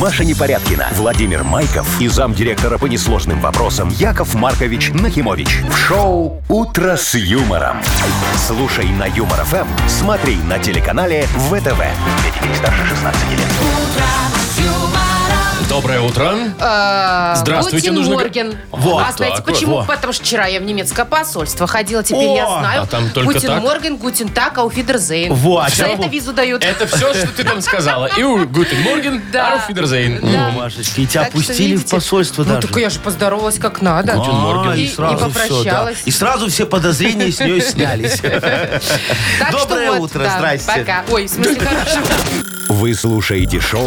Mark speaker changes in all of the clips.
Speaker 1: Маша Непорядкина, Владимир Майков и замдиректора по несложным вопросам Яков Маркович Нахимович. В шоу «Утро с юмором». Слушай на Юмор ФМ, смотри на телеканале ВТВ. Для детей старше 16 лет.
Speaker 2: Доброе утро. Здравствуйте, нужно г-
Speaker 3: Морген.
Speaker 2: Вот
Speaker 3: Э, а знаете,
Speaker 2: так вот,
Speaker 3: почему?
Speaker 2: во.
Speaker 3: Потому что вчера я в немецкое посольство ходила, теперь я
Speaker 2: О,
Speaker 3: знаю.
Speaker 2: а там только
Speaker 3: Гутен
Speaker 2: так?
Speaker 3: Морген, Гутен Так, а Ауфидерзейн.
Speaker 4: Во, а
Speaker 3: За
Speaker 4: чё?
Speaker 3: это визу дают.
Speaker 2: Это все, что ты там сказала. И у Гутен Морген,
Speaker 3: Да.
Speaker 2: Арф Фидерзейн.
Speaker 4: О, Машечка, и тебя
Speaker 3: Так что,
Speaker 4: пустили в
Speaker 3: видите,
Speaker 4: посольство
Speaker 3: Ну,
Speaker 4: даже.
Speaker 3: так я же поздоровалась как надо.
Speaker 4: А,
Speaker 3: И,
Speaker 4: и
Speaker 3: и
Speaker 4: сразу все, да.
Speaker 3: попрощалась.
Speaker 4: И сразу все подозрения с нее снялись.
Speaker 3: Так что
Speaker 4: Доброе
Speaker 3: вот,
Speaker 4: утро,
Speaker 3: да,
Speaker 4: здрасте.
Speaker 3: Пока. Ой, в смысле, хорошего.
Speaker 1: Вы слушаете шоу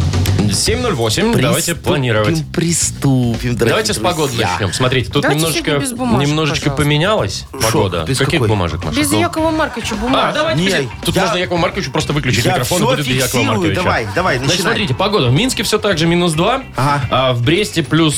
Speaker 2: 7.08, давайте
Speaker 4: Приступим,
Speaker 2: планировать.
Speaker 4: Приступим, дорогие
Speaker 2: Давайте с погоды
Speaker 4: друзья.
Speaker 2: начнем. Смотрите, тут
Speaker 3: Давайте
Speaker 2: немножечко,
Speaker 3: сегодня без бумажек,
Speaker 2: немножечко
Speaker 3: пожалуйста.
Speaker 2: поменялась погода.
Speaker 4: без
Speaker 2: Каких
Speaker 4: какой?
Speaker 2: бумажек, Маша?
Speaker 3: Без
Speaker 2: Ну,
Speaker 3: Якова Марковича
Speaker 2: А,
Speaker 3: бумага.
Speaker 2: давайте.
Speaker 4: Не,
Speaker 2: подожди. Тут
Speaker 4: я-
Speaker 2: можно Якову Марковичу просто выключить
Speaker 4: Я
Speaker 2: микрофон,
Speaker 4: всё
Speaker 2: будет для Якова
Speaker 4: фиксирую,
Speaker 2: Марковича.
Speaker 4: давай, давай,
Speaker 2: Значит,
Speaker 4: начинай.
Speaker 2: смотрите, погода. В Минске все так же минус 2,
Speaker 4: Ага.
Speaker 2: а в Бресте плюс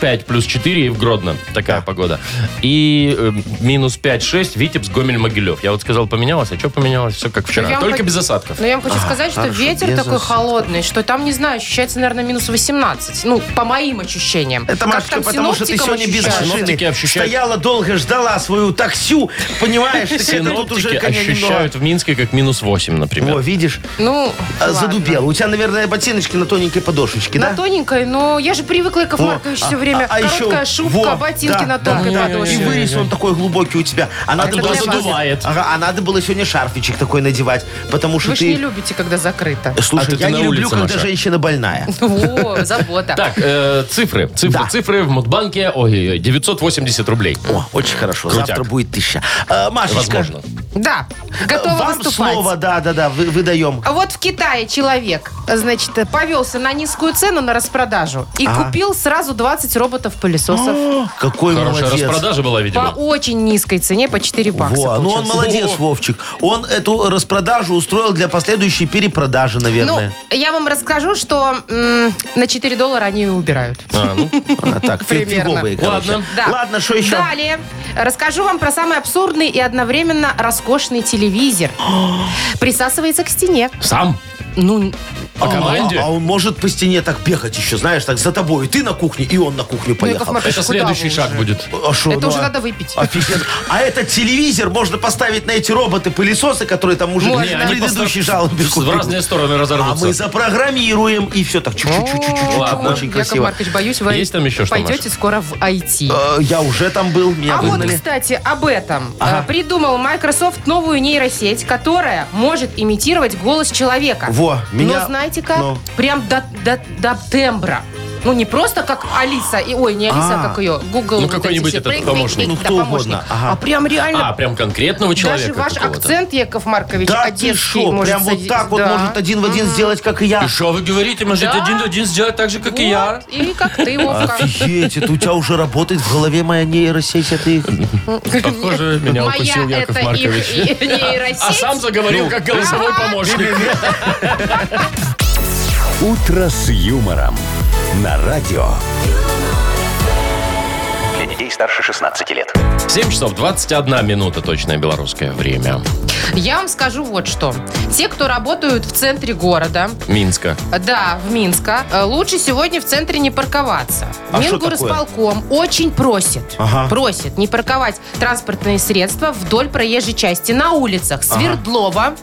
Speaker 2: 5, плюс 4 и в Гродно такая погода. И э, минус 5, 6, Витебск, Гомель, Могилев. Я вот сказал, поменялось, а что поменялось? Все как
Speaker 3: Ну, я
Speaker 2: вчера,
Speaker 3: вам
Speaker 2: только
Speaker 3: хот-
Speaker 2: без осадков.
Speaker 3: Но я вам хочу сказать, что
Speaker 4: хорошо,
Speaker 3: ветер
Speaker 4: без
Speaker 3: такой
Speaker 4: осадков.
Speaker 3: холодный, что там, не знаю, ощущается, наверное, минус 18. Ну, по моим ощущениям.
Speaker 4: Это,
Speaker 3: Как
Speaker 4: Машечка,
Speaker 3: там
Speaker 4: потому что ты
Speaker 3: синоптикам
Speaker 4: сегодня без
Speaker 3: ощущаешь?
Speaker 4: машины
Speaker 2: Синоптики ощущают-
Speaker 4: стояла долго, ждала свою таксю, понимаешь? так
Speaker 2: Э,
Speaker 4: это тут
Speaker 2: Синоптики
Speaker 4: уже, конечно,
Speaker 2: ощущают в Минске как минус 8, например.
Speaker 4: немного. Во, видишь,
Speaker 3: Ну,
Speaker 4: а,
Speaker 3: ладно.
Speaker 4: задубело. У тебя, наверное, ботиночки на тоненькой подошечке,
Speaker 3: На
Speaker 4: да?
Speaker 3: тоненькой, но я же привыкла, Яков
Speaker 4: Во,
Speaker 3: Маркович,
Speaker 4: а-
Speaker 3: все время.
Speaker 4: а- а еще-
Speaker 3: Короткая шубка,
Speaker 4: во,
Speaker 3: ботинки
Speaker 4: да,
Speaker 3: на
Speaker 4: да.
Speaker 3: тонкой
Speaker 2: Не-не-не.
Speaker 4: И
Speaker 3: подошве.
Speaker 4: вырез он такой глубокий у тебя. А надо
Speaker 3: это
Speaker 4: было
Speaker 3: для вас.
Speaker 4: задувать.
Speaker 2: Задувает.
Speaker 4: Ага, а надо было сегодня шарфичек такой надевать, потому что
Speaker 3: Вы же
Speaker 4: ты...
Speaker 3: не любите, когда закрыто.
Speaker 4: Слушай,
Speaker 2: А ты-то
Speaker 4: я
Speaker 2: на
Speaker 4: не люблю,
Speaker 2: улице,
Speaker 4: когда
Speaker 2: Маша.
Speaker 4: женщина больная.
Speaker 3: О, забота.
Speaker 2: Так, э, цифры, цифры,
Speaker 4: Да.
Speaker 2: цифры в Мудбанке, ой, ой, 980 рублей.
Speaker 4: О, очень хорошо.
Speaker 2: Крутяк.
Speaker 4: Завтра будет тысяча. А, Машечка, э,
Speaker 2: Возможно.
Speaker 3: Да, готова
Speaker 4: вам
Speaker 3: выступать.
Speaker 4: слово, да-да-да, вы- выдаем.
Speaker 3: А Вот в Китае человек, значит, повелся на низкую цену на распродажу и купил сразу 20 роботов-пылесосов
Speaker 4: Какой
Speaker 2: Хорошая
Speaker 4: молодец.
Speaker 2: распродажа была, видимо.
Speaker 3: по очень низкой цене, по 4 бакса.
Speaker 4: Во, ну он
Speaker 3: получилось.
Speaker 4: молодец, Вовчик. Он эту распродажу устроил для последующей перепродажи,
Speaker 3: Ну,
Speaker 4: наверное.
Speaker 3: я вам расскажу, что м, на 4 доллара они ее убирают.
Speaker 2: А, ну,
Speaker 4: А, так, фи-
Speaker 3: примерно.
Speaker 4: фиговые, короче.
Speaker 2: Ладно.
Speaker 3: Да.
Speaker 4: Ладно, что еще?
Speaker 3: Далее расскажу вам про самый абсурдный и одновременно роскошный телевизор. Присасывается к стене.
Speaker 2: сам,
Speaker 3: Ну,
Speaker 2: по
Speaker 4: А,
Speaker 2: команде.
Speaker 4: А, он может по стене так бегать еще, знаешь, так за тобой. Ты на кухне, и он на кухню
Speaker 3: Ну, Яков
Speaker 4: поехал.
Speaker 3: Маркович,
Speaker 2: Это
Speaker 3: куда
Speaker 2: следующий
Speaker 3: вы
Speaker 2: шаг
Speaker 3: уже?
Speaker 2: будет.
Speaker 4: А шо,
Speaker 3: Это
Speaker 4: ну,
Speaker 3: уже
Speaker 4: а-
Speaker 3: надо выпить.
Speaker 4: Офигенно. А этот телевизор можно поставить на эти роботы-пылесосы, которые там уже
Speaker 3: Можно.
Speaker 4: в
Speaker 3: Не,
Speaker 2: они
Speaker 4: предыдущей
Speaker 2: просто
Speaker 4: жалобе
Speaker 2: В
Speaker 4: купили.
Speaker 2: разные стороны
Speaker 4: А
Speaker 2: разорвутся.
Speaker 4: мы запрограммируем, и все так чуть-чуть-чуть-чуть.
Speaker 2: Ладно.
Speaker 4: Очень
Speaker 3: Яков
Speaker 4: красиво.
Speaker 3: Маркович, боюсь, вы
Speaker 2: Есть там еще что,
Speaker 3: пойдете скоро в IT.
Speaker 4: Э, Я уже там был, меня
Speaker 3: А вот,
Speaker 4: выгнали.
Speaker 3: кстати, об этом. Э, Придумал Microsoft новую нейросеть, которая может имитировать голос человека.
Speaker 4: Во, меня-
Speaker 3: Но знаете как?
Speaker 4: Ну.
Speaker 3: Прям до, до- до тембра. Ну, не просто как Алиса, и, ой, не Алиса,
Speaker 4: А.
Speaker 3: а как ее, Google.
Speaker 2: Ну,
Speaker 3: вот эти
Speaker 2: какой-нибудь
Speaker 3: все,
Speaker 2: этот
Speaker 3: прыг, прыг,
Speaker 2: помощник.
Speaker 3: прыг,
Speaker 4: Ну,
Speaker 3: да,
Speaker 4: кто
Speaker 3: помощник.
Speaker 4: угодно, ага.
Speaker 3: А прям реально,
Speaker 2: А, прям конкретного человека
Speaker 3: даже ваш
Speaker 2: какого-то.
Speaker 3: акцент, Яков Маркович,
Speaker 4: Да ты
Speaker 3: одесский
Speaker 4: шо,
Speaker 3: может
Speaker 4: прям вот
Speaker 3: садить-
Speaker 4: так вот
Speaker 3: да.
Speaker 4: может один в один сделать, как и я.
Speaker 2: И что вы говорите? Может,
Speaker 3: Да.
Speaker 2: один-один сделать так же, как и
Speaker 3: Вот,
Speaker 2: я?
Speaker 3: и как ты, Вовка.
Speaker 2: А,
Speaker 4: Офигеть, это у тебя уже работает в голове моя нейросеть, а ты...
Speaker 2: Похоже, меня укусил
Speaker 3: Моя
Speaker 2: Яков
Speaker 3: это
Speaker 2: Маркович.
Speaker 3: их Ну, а, и- нейросеть.
Speaker 2: А сам заговорил, как голосовой помощник.
Speaker 1: «Утро с юмором» на радио.
Speaker 5: Для детей старше 16 лет.
Speaker 2: 7 часов 21 минута, точное белорусское время.
Speaker 3: Я вам скажу вот что. Те, кто работают в центре города,
Speaker 2: Минска.
Speaker 3: да, в Минска, э, лучше сегодня в центре не парковаться.
Speaker 4: А
Speaker 3: Мингорсполком очень просит,
Speaker 4: Ага.
Speaker 3: просит не парковать транспортные средства вдоль проезжей части на улицах Свердлова,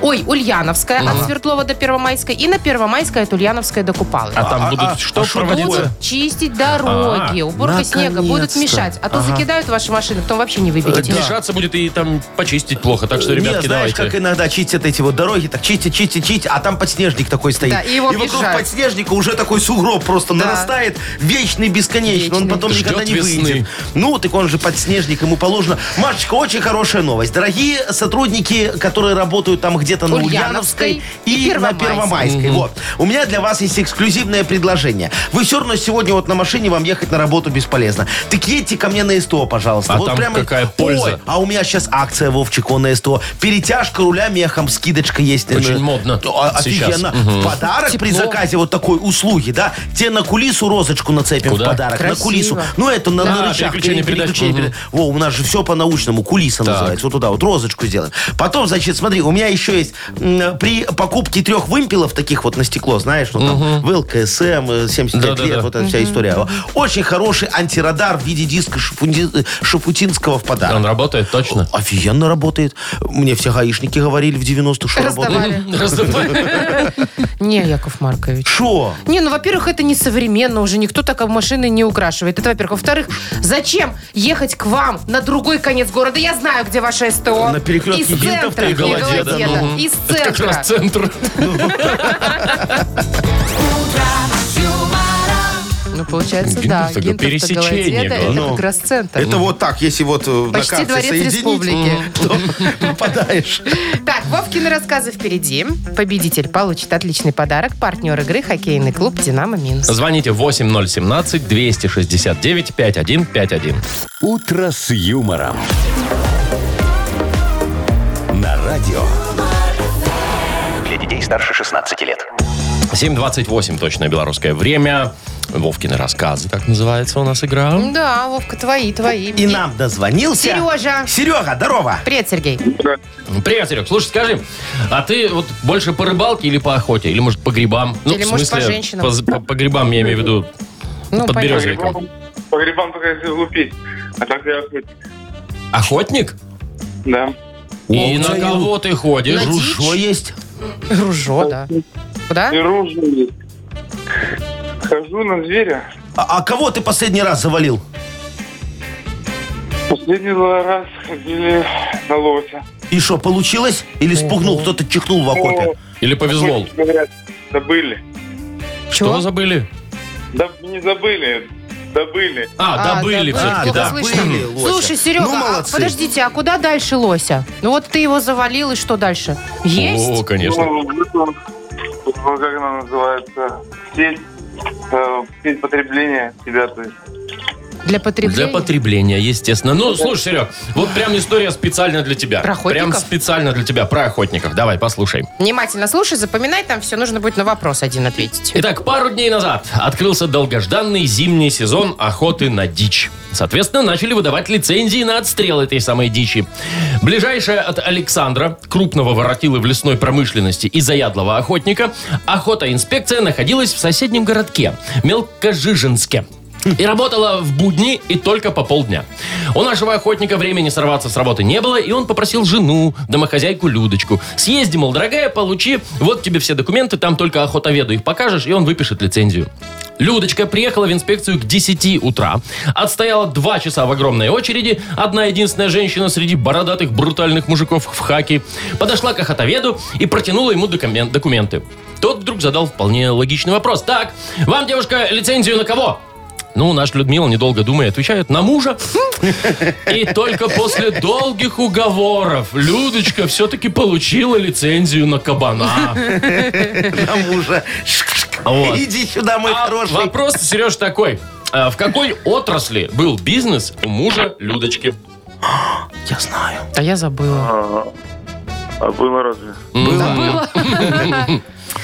Speaker 3: ой, Ульяновская от Свердлова до Первомайской и на Первомайской от Ульяновской до Купалы.
Speaker 2: А там будут что
Speaker 4: а что
Speaker 2: проводиться?
Speaker 4: такое?
Speaker 3: Будут чистить дороги,
Speaker 2: А,
Speaker 3: уборка снега, будут
Speaker 4: наконец-то. Э,
Speaker 3: мешать. А то закидают ваши машины, потом вообще не выберете.
Speaker 2: Мешаться будет и там почистить плохо. Так что,
Speaker 4: Не,
Speaker 2: ребятки,
Speaker 4: знаешь, как
Speaker 2: давайте.
Speaker 4: иногда чистят эти вот дороги, так чистят, чистят, чистят, а там подснежник такой стоит.
Speaker 3: Да, и его
Speaker 4: вокруг
Speaker 3: объезжают.
Speaker 4: подснежника уже такой сугроб просто нарастает, вечный, бесконечный, он
Speaker 3: Вечный.
Speaker 4: потом
Speaker 2: Ждет
Speaker 4: никогда не
Speaker 2: весны.
Speaker 4: выйдет. Ну, так он же подснежник, ему положено. Машечка, очень хорошая новость. Дорогие сотрудники, которые работают там где-то на
Speaker 3: Ульяновской
Speaker 4: Ульяновской
Speaker 3: и
Speaker 4: и, на
Speaker 3: Первомайской.
Speaker 4: Первомайской, вот. У меня для вас есть эксклюзивное предложение. Вы все равно сегодня вот на машине вам ехать на работу бесполезно. Так есть Переедьте ко мне на СТО, пожалуйста.
Speaker 2: А там какая польза?
Speaker 4: Ой, а у меня сейчас акция, Вовчик, он на СТО. Перетяжка руля мехом, скидочка есть.
Speaker 2: Очень
Speaker 4: Э,
Speaker 2: модно
Speaker 4: а-
Speaker 2: сейчас.
Speaker 4: Офигенно.
Speaker 2: Мгм.
Speaker 4: В подарок при
Speaker 3: Тепло.
Speaker 4: заказе вот такой услуги, да, тебе на кулису розочку нацепим
Speaker 2: Куда?
Speaker 4: в подарок.
Speaker 3: Красиво.
Speaker 4: На кулису. Ну, это на,
Speaker 2: Да,
Speaker 4: на рычаг.
Speaker 2: переключение
Speaker 4: пере-
Speaker 2: передач. Мгм.
Speaker 4: пере- Во, у нас же все по-научному. Кулиса называется. Вот туда вот розочку сделаем. Потом, значит, смотри, у меня еще есть м, при покупке трех вымпелов таких вот на стекло, знаешь, ну там ВЛКСМ, э, 75
Speaker 2: Да-да-да.
Speaker 4: лет, вот эта вся история. Очень хороший антирадар в виде диска Шафунди- Шафутинского в подарок.
Speaker 2: Он работает точно.
Speaker 4: Офигенно работает. Мне все гаишники говорили в 90-х, что работает.
Speaker 3: Раздавали. Не, Яков Маркович.
Speaker 4: Шо?
Speaker 3: Не, ну, во-первых, это не современно уже. Никто так машины не украшивает. Это, во-первых. Во-вторых, зачем ехать к вам на другой конец города? Я знаю, где ваше СТО.
Speaker 4: На перекрестке
Speaker 3: Из
Speaker 4: Винтовки
Speaker 3: центра.
Speaker 4: и Голодеда,
Speaker 3: Голодеда.
Speaker 2: ну.
Speaker 3: Из
Speaker 2: Это как
Speaker 3: центра.
Speaker 2: раз центр.
Speaker 3: Ну, получается,
Speaker 2: Гинтов
Speaker 3: да.
Speaker 2: такое
Speaker 3: Гинтов-то
Speaker 2: пересечение
Speaker 3: Голодеда, Это
Speaker 2: Голодеда.
Speaker 3: как раз центр.
Speaker 6: Это вот так, если вот э, на
Speaker 3: Почти
Speaker 6: карте
Speaker 3: дворец
Speaker 6: соединить.
Speaker 3: республики.
Speaker 4: Попадаешь.
Speaker 3: Так, Вовкины рассказы впереди. Победитель получит отличный подарок. Партнер игры хоккейный клуб «Динамо Минск».
Speaker 2: Звоните 8017-269-5151.
Speaker 1: «Утро с юмором». На радио.
Speaker 5: Для детей старше 16 лет.
Speaker 2: 7.28 точное белорусское время. Вовкины рассказы, так называется у нас игра.
Speaker 3: Да, Вовка, твои, твои.
Speaker 4: И нам дозвонился.
Speaker 3: Сережа.
Speaker 4: Серега, здорово.
Speaker 3: Привет, Сергей.
Speaker 2: Привет, Серег. Слушай, скажи, а ты вот больше по рыбалке или по охоте? Или, может, по грибам? Ну,
Speaker 3: Или, может, по женщинам.
Speaker 2: По, по грибам, я имею в виду.
Speaker 3: Ну,
Speaker 2: под
Speaker 3: понятно.
Speaker 2: березовиком.
Speaker 7: По грибам только если лупить. А так я хоть,
Speaker 2: Охотник?
Speaker 7: да.
Speaker 2: И
Speaker 4: О,
Speaker 2: на
Speaker 4: Заил.
Speaker 2: кого ты ходишь?
Speaker 3: На
Speaker 2: Жуж.
Speaker 4: Ружо есть?
Speaker 3: Ружо, да. Куда?
Speaker 7: И ружье есть. Хожу на зверя.
Speaker 4: А, а кого ты последний раз завалил?
Speaker 7: Последний раз ходили на лося.
Speaker 4: И что, получилось? Или спугнул, кто-то чихнул в окопе?
Speaker 2: Или повезло?
Speaker 7: охотники говорят, Забыли.
Speaker 2: Что
Speaker 3: Чего?
Speaker 2: забыли?
Speaker 7: Да не забыли, добыли.
Speaker 2: А,
Speaker 3: А,
Speaker 2: добыли
Speaker 3: добыли.
Speaker 2: все-таки,
Speaker 3: Плохо
Speaker 2: да.
Speaker 3: слышно.
Speaker 4: были лося.
Speaker 3: Слушай, Серега,
Speaker 4: Ну,
Speaker 3: а
Speaker 4: молодцы.
Speaker 3: подождите, а куда дальше лося? Ну вот ты его завалил, и что дальше?
Speaker 2: О,
Speaker 3: Есть?
Speaker 2: конечно.
Speaker 7: Ну, это, ну, как она называется? Сеть, э, сеть потребления тебя, то есть.
Speaker 3: Для
Speaker 2: Для
Speaker 3: потребления?
Speaker 2: потребления, естественно. Ну, слушай, Серег, вот прям история специально для тебя.
Speaker 3: Про охотников?
Speaker 2: Прям специально для тебя, про охотников. Давай, послушай.
Speaker 3: Внимательно слушай, запоминай, там все нужно будет на вопрос один ответить.
Speaker 2: Итак, пару дней назад открылся долгожданный зимний сезон охоты на дичь. Соответственно, начали выдавать лицензии на отстрел этой самой дичи. Ближайшая от Александра, крупного воротилы в лесной промышленности и заядлого охотника, охота-инспекция находилась в соседнем городке, Мелкожижинске. И работала в будни и только по полдня. У нашего охотника времени сорваться с работы не было, и он попросил жену, домохозяйку Людочку. Съезди, мол, дорогая, получи, вот тебе все документы, там только охотоведу их покажешь, и он выпишет лицензию. Людочка приехала в инспекцию к 10 утра, отстояла 2 часа в огромной очереди, одна единственная женщина среди бородатых брутальных мужиков в хаке, подошла к охотоведу и протянула ему докумен- документы. Тот вдруг задал вполне логичный вопрос. «Так, вам, девушка, лицензию на кого?» Ну, наш Людмила, недолго думая, отвечает на мужа. И только после долгих уговоров Людочка все-таки получила лицензию на кабана.
Speaker 4: На мужа. Шк-шк.
Speaker 2: Вот.
Speaker 4: Иди сюда, мой
Speaker 2: А
Speaker 4: хороший.
Speaker 2: вопрос, Сереж, такой. А В какой отрасли был бизнес у мужа Людочки?
Speaker 4: Я знаю.
Speaker 3: Да я забыла.
Speaker 7: А было разве?
Speaker 3: Было?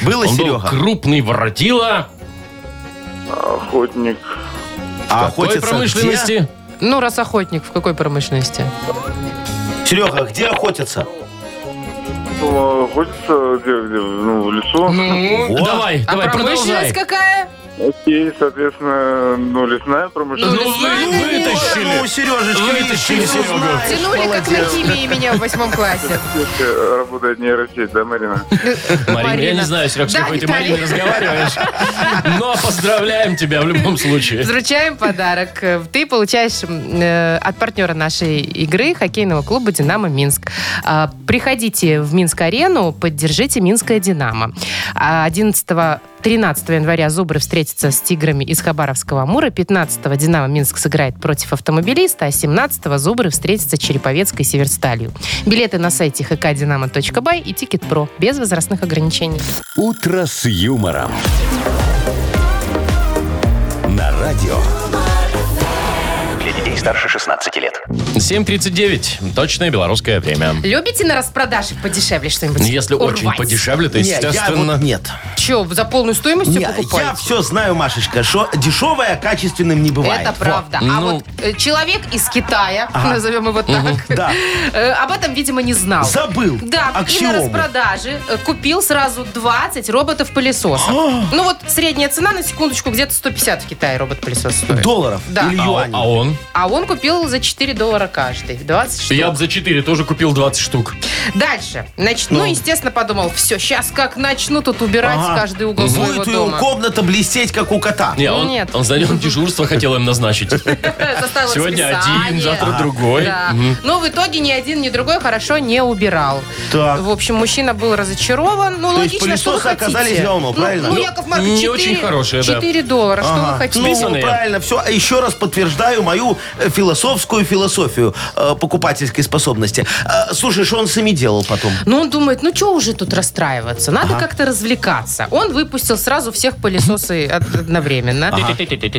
Speaker 4: Было,
Speaker 2: Он был
Speaker 4: Серега?
Speaker 2: крупный воротила.
Speaker 7: Охотник.
Speaker 4: А
Speaker 2: Какой
Speaker 4: охотятся где?
Speaker 2: промышленности?
Speaker 3: Ну, раз охотник, в какой промышленности?
Speaker 4: Серега, где охотятся?
Speaker 7: Ну, хочется где, где, ну, в лесу.
Speaker 2: Ну,
Speaker 4: Вот.
Speaker 2: давай,
Speaker 3: А
Speaker 2: давай, продолжай.
Speaker 3: промышленность какая?
Speaker 7: Окей, соответственно, ну, лесная промышленность.
Speaker 2: Ну, вы-
Speaker 3: лесная,
Speaker 2: вытащили.
Speaker 4: Ну, Сережечка,
Speaker 2: Вытащили
Speaker 4: видишь, ты всё
Speaker 2: Серегу.
Speaker 4: знаешь.
Speaker 3: Тянули, как на
Speaker 4: Молодец.
Speaker 3: химии меня в восьмом классе.
Speaker 7: Э, Работает нейросеть, да, Марина?
Speaker 2: Марина, я не знаю, Серег, с
Speaker 3: Да,
Speaker 2: какой ты
Speaker 3: Виталий.
Speaker 2: Мариной разговариваешь. Но поздравляем тебя в любом случае.
Speaker 3: Вручаем подарок. Ты получаешь м, э, от партнера нашей игры хоккейного клуба «Динамо Минск». А, Приходите в Минск-арену, поддержите «Минское Динамо». 11-13 января «Зубры» встретятся с «Тиграми» из Хабаровского Амура. 15 «Динамо Минск» сыграет против «Автомобилиста», а 17 «Зубры» встретятся с «Череповецкой» и «Северсталью». Билеты на сайте hkdinamo.by и «Тикет.Про» без возрастных ограничений.
Speaker 1: «Утро с юмором». На радио.
Speaker 5: Для детей детей старше 16 лет.
Speaker 2: 7.39. Точное белорусское время.
Speaker 3: Любите на распродаже подешевле что-нибудь?
Speaker 2: Ну, Если очень
Speaker 3: урвать?
Speaker 2: подешевле, то,
Speaker 4: Не, я
Speaker 2: естественно...
Speaker 4: вот нет.
Speaker 3: Че, за полную стоимость
Speaker 4: Не,
Speaker 3: все покупаете?
Speaker 4: я все знаю, Машечка, что дешевое качественным не бывает.
Speaker 3: Это
Speaker 4: Во.
Speaker 3: правда. А
Speaker 2: Ну.
Speaker 3: вот э, человек из Китая, назовем его так,
Speaker 4: да.
Speaker 3: э, об этом, видимо, не знал.
Speaker 4: Забыл.
Speaker 3: Да,
Speaker 4: А к
Speaker 3: и на
Speaker 4: чему?
Speaker 3: распродаже э, купил сразу 20 роботов-пылесосов. ну вот средняя цена, на секундочку, где-то 150 в Китае робот-пылесос стоит.
Speaker 4: Долларов
Speaker 3: Да.
Speaker 4: или
Speaker 2: А он-
Speaker 4: юаней.
Speaker 2: а он?
Speaker 3: А он купил за 4 доллара каждый. 20 штук.
Speaker 2: Я бы за 4 тоже купил 20 штук.
Speaker 3: Дальше. Значит, ну, естественно, подумал, все, сейчас как начну тут убирать
Speaker 4: Ага.
Speaker 3: каждый угол своего
Speaker 4: Будет у
Speaker 3: дома.
Speaker 4: комната блестеть, как у кота.
Speaker 2: Не, он,
Speaker 3: Ну Нет.
Speaker 2: он за днем дежурство хотел им назначить.
Speaker 3: Составил
Speaker 2: Сегодня
Speaker 3: Э, расписание.
Speaker 2: один, завтра другой.
Speaker 3: Да.
Speaker 2: Мгм.
Speaker 3: Но в итоге ни один, ни другой хорошо не убирал.
Speaker 4: Так.
Speaker 3: В общем, мужчина был разочарован. Ну,
Speaker 4: То есть
Speaker 3: логично, что вы
Speaker 4: пылесосы
Speaker 3: хотите.
Speaker 4: оказались говно,
Speaker 3: Ну,
Speaker 4: правильно?
Speaker 3: Ну,
Speaker 4: Ну,
Speaker 3: Яков Маркович,
Speaker 2: не
Speaker 3: четыре-
Speaker 2: очень хорошие, да.
Speaker 3: четыре доллара. Что вы хотите?
Speaker 4: Ну,
Speaker 2: Списанные.
Speaker 4: правильно, все. А Еще раз подтверждаю мою э, философскую философию э, покупательской способности. Э, Слушай, что он сами делал потом?
Speaker 3: Но он думает, ну что уже тут расстраиваться? Надо как-то развлекаться. Он выпустил сразу всех пылесосы од- одновременно.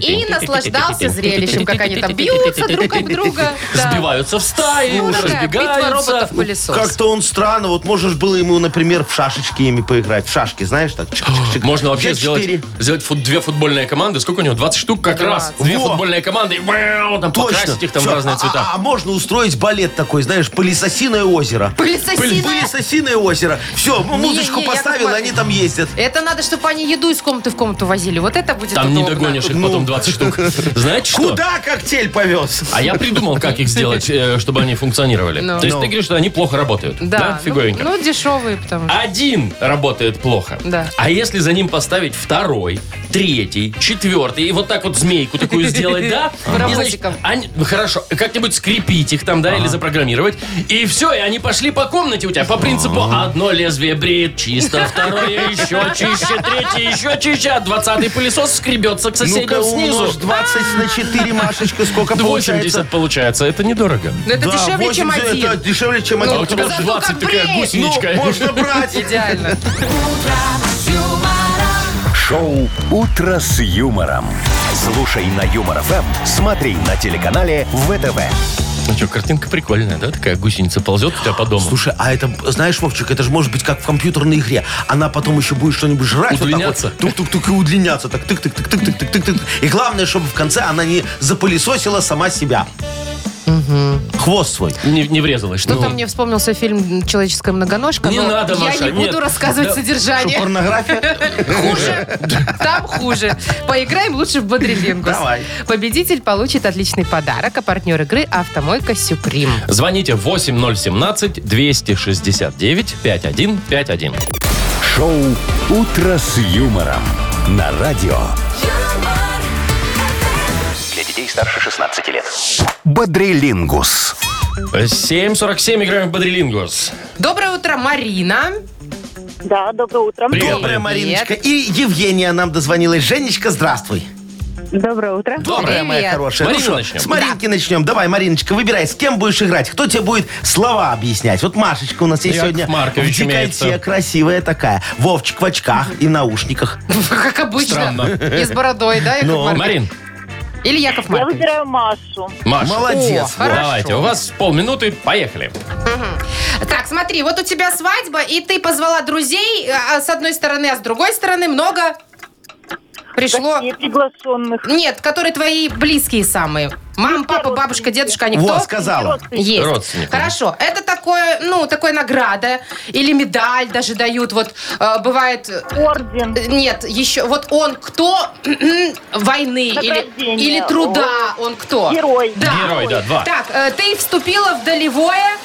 Speaker 3: И наслаждался зрелищем, как они там бьются друг об друга. Да.
Speaker 2: Сбиваются в стаи,
Speaker 3: Ну, такая битва
Speaker 2: разбегаются. Ну,
Speaker 3: роботов-пылесос.
Speaker 4: Как-то он странно. Вот можешь было ему, например, в шашечки ими поиграть. В шашки, знаешь, так? чик-чик-чик.
Speaker 2: Можно вообще
Speaker 4: Здесь
Speaker 2: сделать,
Speaker 4: четыре.
Speaker 2: сделать фут- две футбольные команды. Сколько у него? 20 штук как раз.
Speaker 3: Двадцать.
Speaker 2: Две
Speaker 4: Во.
Speaker 2: футбольные команды. и мяу, Там
Speaker 4: Точно.
Speaker 2: покрасить их там в
Speaker 4: Всё.
Speaker 2: разные
Speaker 4: А-
Speaker 2: цвета.
Speaker 4: А, а можно устроить балет такой, знаешь, пылесосиное озеро.
Speaker 3: Пылесосиная
Speaker 4: Пылесосиное озеро. Все, музычку
Speaker 3: Не, не, Яков
Speaker 4: поставил,
Speaker 3: Маркович.
Speaker 4: они там ездят.
Speaker 3: Это надо, чтобы они еду из комнаты в комнату возили. Вот это будет
Speaker 2: Там не
Speaker 3: удобно.
Speaker 2: догонишь их потом 20 штук. Знаете что?
Speaker 4: а, ну. Куда коктейль повез?
Speaker 2: А я придумал, как их сделать, э, чтобы они функционировали.
Speaker 3: Ну.
Speaker 2: То есть
Speaker 4: Ну.
Speaker 2: ты говоришь, что они плохо работают.
Speaker 3: Да,
Speaker 2: Да,
Speaker 3: ну,
Speaker 2: фиговенько.
Speaker 3: Ну, дешевые, потому что.
Speaker 2: Один работает плохо.
Speaker 3: Да.
Speaker 2: А если за ним поставить второй, третий, четвертый, и вот так вот змейку такую сделать, да? И, значит,
Speaker 3: Паровозиком.
Speaker 2: они- ну, Хорошо, как-нибудь скрепить их там, да, или запрограммировать. И все, и они пошли по комнате у тебя по принципу одно лезвие бреет чисто, второе еще чище, третье еще чище, а двадцатый пылесос скребется к
Speaker 4: Ну-ка,
Speaker 2: соседям
Speaker 4: умножь
Speaker 2: снизу.
Speaker 4: 20 на 4, Машечка, сколько получается?
Speaker 2: 80 получается, это недорого.
Speaker 3: Но Ну, это
Speaker 4: А, Да,
Speaker 3: дешевле, чем
Speaker 4: 80
Speaker 3: один.
Speaker 4: Это дешевле, чем
Speaker 2: А
Speaker 4: один.
Speaker 2: у тебя
Speaker 3: зато
Speaker 2: же
Speaker 3: как
Speaker 2: 20 такая
Speaker 3: бреет.
Speaker 2: гусеничка.
Speaker 4: Ну, можно брать.
Speaker 3: Идеально.
Speaker 1: Шоу «Утро с юмором». Слушай на Юмор ФМ, смотри на телеканале ВТВ.
Speaker 2: Ну что, картинка прикольная, да? Такая гусеница ползет у тебя по дому.
Speaker 4: Слушай, а это, знаешь, Вовчик, это же может быть как в компьютерной игре. Она потом еще будет что-нибудь жрать. вот так
Speaker 2: Удлиняться?
Speaker 4: Вот Тук-тук-тук и удлиняться. Так тык-тык-тык-тык-тык-тык-тык. И главное, чтобы в конце она не запылесосила сама себя. Хвост свой.
Speaker 2: Не, Ну, не врезалась.
Speaker 3: Что-то мне вспомнился фильм «Человеческая многоножка».
Speaker 2: Не
Speaker 3: но
Speaker 2: надо, Маша,
Speaker 3: Я не
Speaker 2: нет.
Speaker 3: буду рассказывать
Speaker 2: Да,
Speaker 3: содержание.
Speaker 4: Порнография?
Speaker 3: Хуже. Там хуже. Поиграем лучше в Бодрилингус.
Speaker 4: Давай.
Speaker 3: Победитель получит отличный подарок, а партнер игры «Автомойка Сюприм».
Speaker 2: Звоните 8017-269-5151.
Speaker 1: Шоу «Утро с юмором» на радио
Speaker 6: юмор,
Speaker 5: Для детей старше 16 лет.
Speaker 1: «Бодрилингус».
Speaker 2: 747 играем в Бодрилингус.
Speaker 3: Доброе утро, Марина.
Speaker 8: Да, доброе утро.
Speaker 2: Привет.
Speaker 4: Добрая, Мариночка. И Евгения нам дозвонилась. Женечка, здравствуй.
Speaker 8: Доброе утро.
Speaker 2: Доброе.
Speaker 4: Добрая моя
Speaker 3: Привет.
Speaker 4: хорошая. Ну
Speaker 2: Марину
Speaker 4: что,
Speaker 2: начнем?
Speaker 4: С Маринки начнем. Давай, Мариночка, выбирай, с кем будешь играть. Кто тебе будет слова объяснять? Вот Машечка у нас есть
Speaker 2: Яков
Speaker 4: сегодня
Speaker 2: Маркович
Speaker 4: в декольте,
Speaker 2: имеется.
Speaker 4: красивая такая. Вовчик в очках и в наушниках.
Speaker 3: Как обычно.
Speaker 2: Странно.
Speaker 3: И с бородой, да, Яков
Speaker 4: Ну.
Speaker 3: Маркович?
Speaker 2: Марин,
Speaker 3: Или Яков
Speaker 8: Я
Speaker 3: Маркович.
Speaker 8: выбираю Машу.
Speaker 2: Маша.
Speaker 4: Молодец.
Speaker 3: О,
Speaker 4: Вов.
Speaker 2: Давайте, у вас полминуты, поехали.
Speaker 3: Так, смотри, вот у тебя свадьба, и ты позвала друзей а, с одной стороны, а с другой стороны много пришло...
Speaker 8: Гостей приглашенных.
Speaker 3: Нет, которые твои близкие самые.
Speaker 8: Ну,
Speaker 3: Мам, папа, бабушка, дедушка, они кто?
Speaker 4: Вот, сказала.
Speaker 3: Есть.
Speaker 2: Родственники.
Speaker 3: Хорошо. Это такое, ну, такое награда или медаль даже дают. Вот э, бывает... э,
Speaker 8: Орден.
Speaker 3: Нет, еще вот он кто войны или,
Speaker 8: Награждение.
Speaker 3: или труда, он кто?
Speaker 8: Герой.
Speaker 3: Да.
Speaker 2: Герой, да, два.
Speaker 3: Так, э, ты вступила в долевое,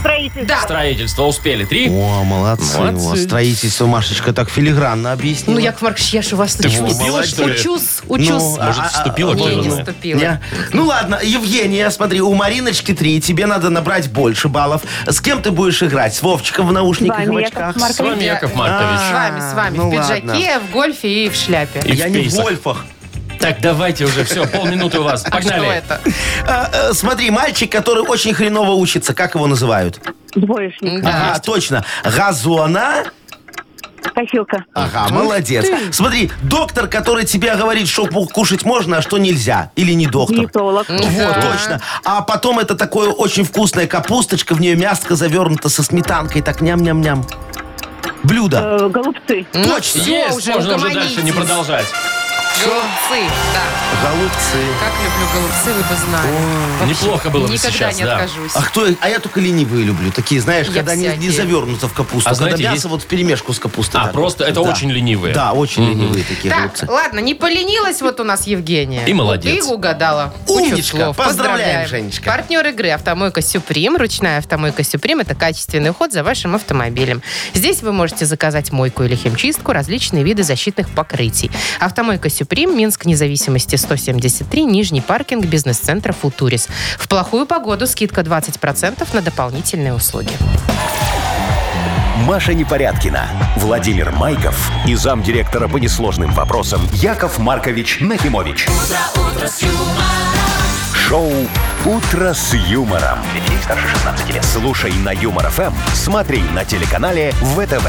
Speaker 8: Строительство.
Speaker 3: да.
Speaker 2: Строительство успели. Три.
Speaker 4: О, молодцы.
Speaker 2: Молодцы.
Speaker 4: Вот строительство Машечка так филигранно объяснила.
Speaker 3: Ну, Яков Маркович, я же вас
Speaker 2: Ты
Speaker 3: учусь.
Speaker 2: вступила, что ли? а
Speaker 3: Учусь,
Speaker 4: Ну,
Speaker 3: учусь.
Speaker 2: Может, вступила,
Speaker 3: не,
Speaker 2: кто его
Speaker 3: не
Speaker 2: знает.
Speaker 3: вступила.
Speaker 4: Не? Ну ладно, Евгения, смотри, у Мариночки три, тебе надо набрать больше баллов. С кем ты будешь играть? С Вовчиком в наушниках и в
Speaker 8: Вами,
Speaker 4: очках?
Speaker 8: Яков
Speaker 2: С вами Яков
Speaker 3: С
Speaker 2: Маркович.
Speaker 3: вами, с вами.
Speaker 4: Ну,
Speaker 3: в пиджаке, в гольфе и в шляпе.
Speaker 2: И в
Speaker 4: Я не в
Speaker 2: пейсах.
Speaker 4: Вольфах.
Speaker 2: Так, давайте уже, все, полминуты у вас.
Speaker 3: Что
Speaker 2: Погнали.
Speaker 3: это?
Speaker 4: А, э, Смотри, мальчик, который очень хреново учится, как его называют?
Speaker 8: Двоечник.
Speaker 4: А, точно. Газона
Speaker 8: Косилка.
Speaker 4: Ага, молодец. Смотри, доктор, который тебе говорит, что пу- кушать можно, а что нельзя. Или не доктор.
Speaker 8: Диетолог.
Speaker 4: Вот, точно. А потом это такое очень вкусная капусточка, в нее мяско завернуто со сметанкой, так ням-ням-ням. Блюдо.
Speaker 8: Э, Голубцы.
Speaker 4: Точно.
Speaker 2: Есть,
Speaker 3: уже,
Speaker 2: можно уже
Speaker 3: угомонитесь.
Speaker 2: дальше не продолжать.
Speaker 3: Голубцы, да.
Speaker 4: Голубцы.
Speaker 3: Как люблю голубцы, вы бы знали. Вообще,
Speaker 2: неплохо было бы
Speaker 3: Никогда
Speaker 2: сейчас,
Speaker 3: не
Speaker 2: да.
Speaker 3: откажусь.
Speaker 4: А кто? А я только ленивые люблю. Такие, знаешь,
Speaker 3: Я
Speaker 4: когда не, не
Speaker 3: всякие.
Speaker 4: завернуто в капусту,
Speaker 2: А
Speaker 4: когда
Speaker 2: знаете,
Speaker 4: мясо
Speaker 2: есть-
Speaker 4: вот в перемешку с капустой.
Speaker 2: А,
Speaker 4: так.
Speaker 2: просто это очень ленивые.
Speaker 4: Да, очень ленивые такие
Speaker 3: Так,
Speaker 4: голубцы.
Speaker 3: ладно, не поленилась вот у нас Евгения.
Speaker 2: И молодец.
Speaker 3: Ты угадала. Кучу
Speaker 4: Умничка.
Speaker 3: слов.
Speaker 4: Поздравляем, Женечка.
Speaker 3: Партнер игры «Автомойка Сюприм». Ручная «Автомойка Сюприм» — это качественный уход за вашим автомобилем. Здесь вы можете заказать мойку или химчистку, различные виды защитных покрытий. «Автомойка Сюприм», Минск, независимости 173, Нижний паркинг, бизнес-центр «Футурис». В плохую погоду скидка 20% на дополнительные услуги.
Speaker 1: Маша Непорядкина, Владимир Майков и замдиректора по несложным вопросам Яков Маркович Нахимович. Шоу Утро с юмором. Для детей старше 16 лет. Слушай на юмор ФМ, смотри на телеканале ВТВ.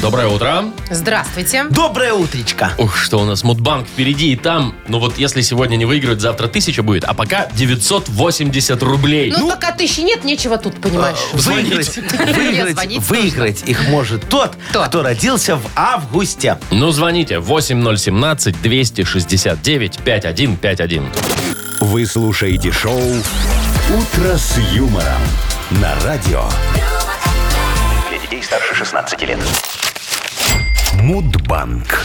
Speaker 2: Доброе утро.
Speaker 3: Здравствуйте.
Speaker 4: Доброе утречко.
Speaker 2: Ух, что у нас Мудбанк впереди, и там, ну вот если сегодня не выиграют, завтра тысяча будет, а пока 980 рублей.
Speaker 3: Ну, пока тысячи нет, нечего тут, понимаешь.
Speaker 2: а,
Speaker 4: Выиграть, выиграть,
Speaker 3: Звонить
Speaker 4: выиграть их может тот,
Speaker 3: Кто?
Speaker 4: кто родился в августе.
Speaker 2: Ну, звоните 8017-269-5151.
Speaker 1: Вы слушаете шоу Утро с юмором на радио
Speaker 5: Для детей старше 16 лет.
Speaker 1: Мудбанк.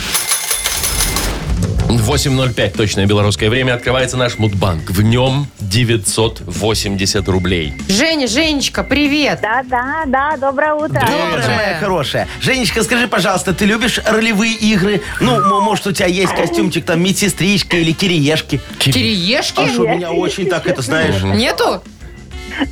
Speaker 2: 8.05, точное белорусское время, открывается наш Мудбанк. В нем 980 рублей.
Speaker 3: Женя, Женечка, привет.
Speaker 8: Да-да, да, доброе утро.
Speaker 4: Доброе, моя
Speaker 3: Доброе.
Speaker 4: хорошая. Женечка, скажи, пожалуйста, ты любишь ролевые игры? Ну, м- может, у тебя есть костюмчик там медсестричка или кириешки?
Speaker 3: Кириешки?
Speaker 4: А что, меня очень так это, знаешь...
Speaker 3: Нету?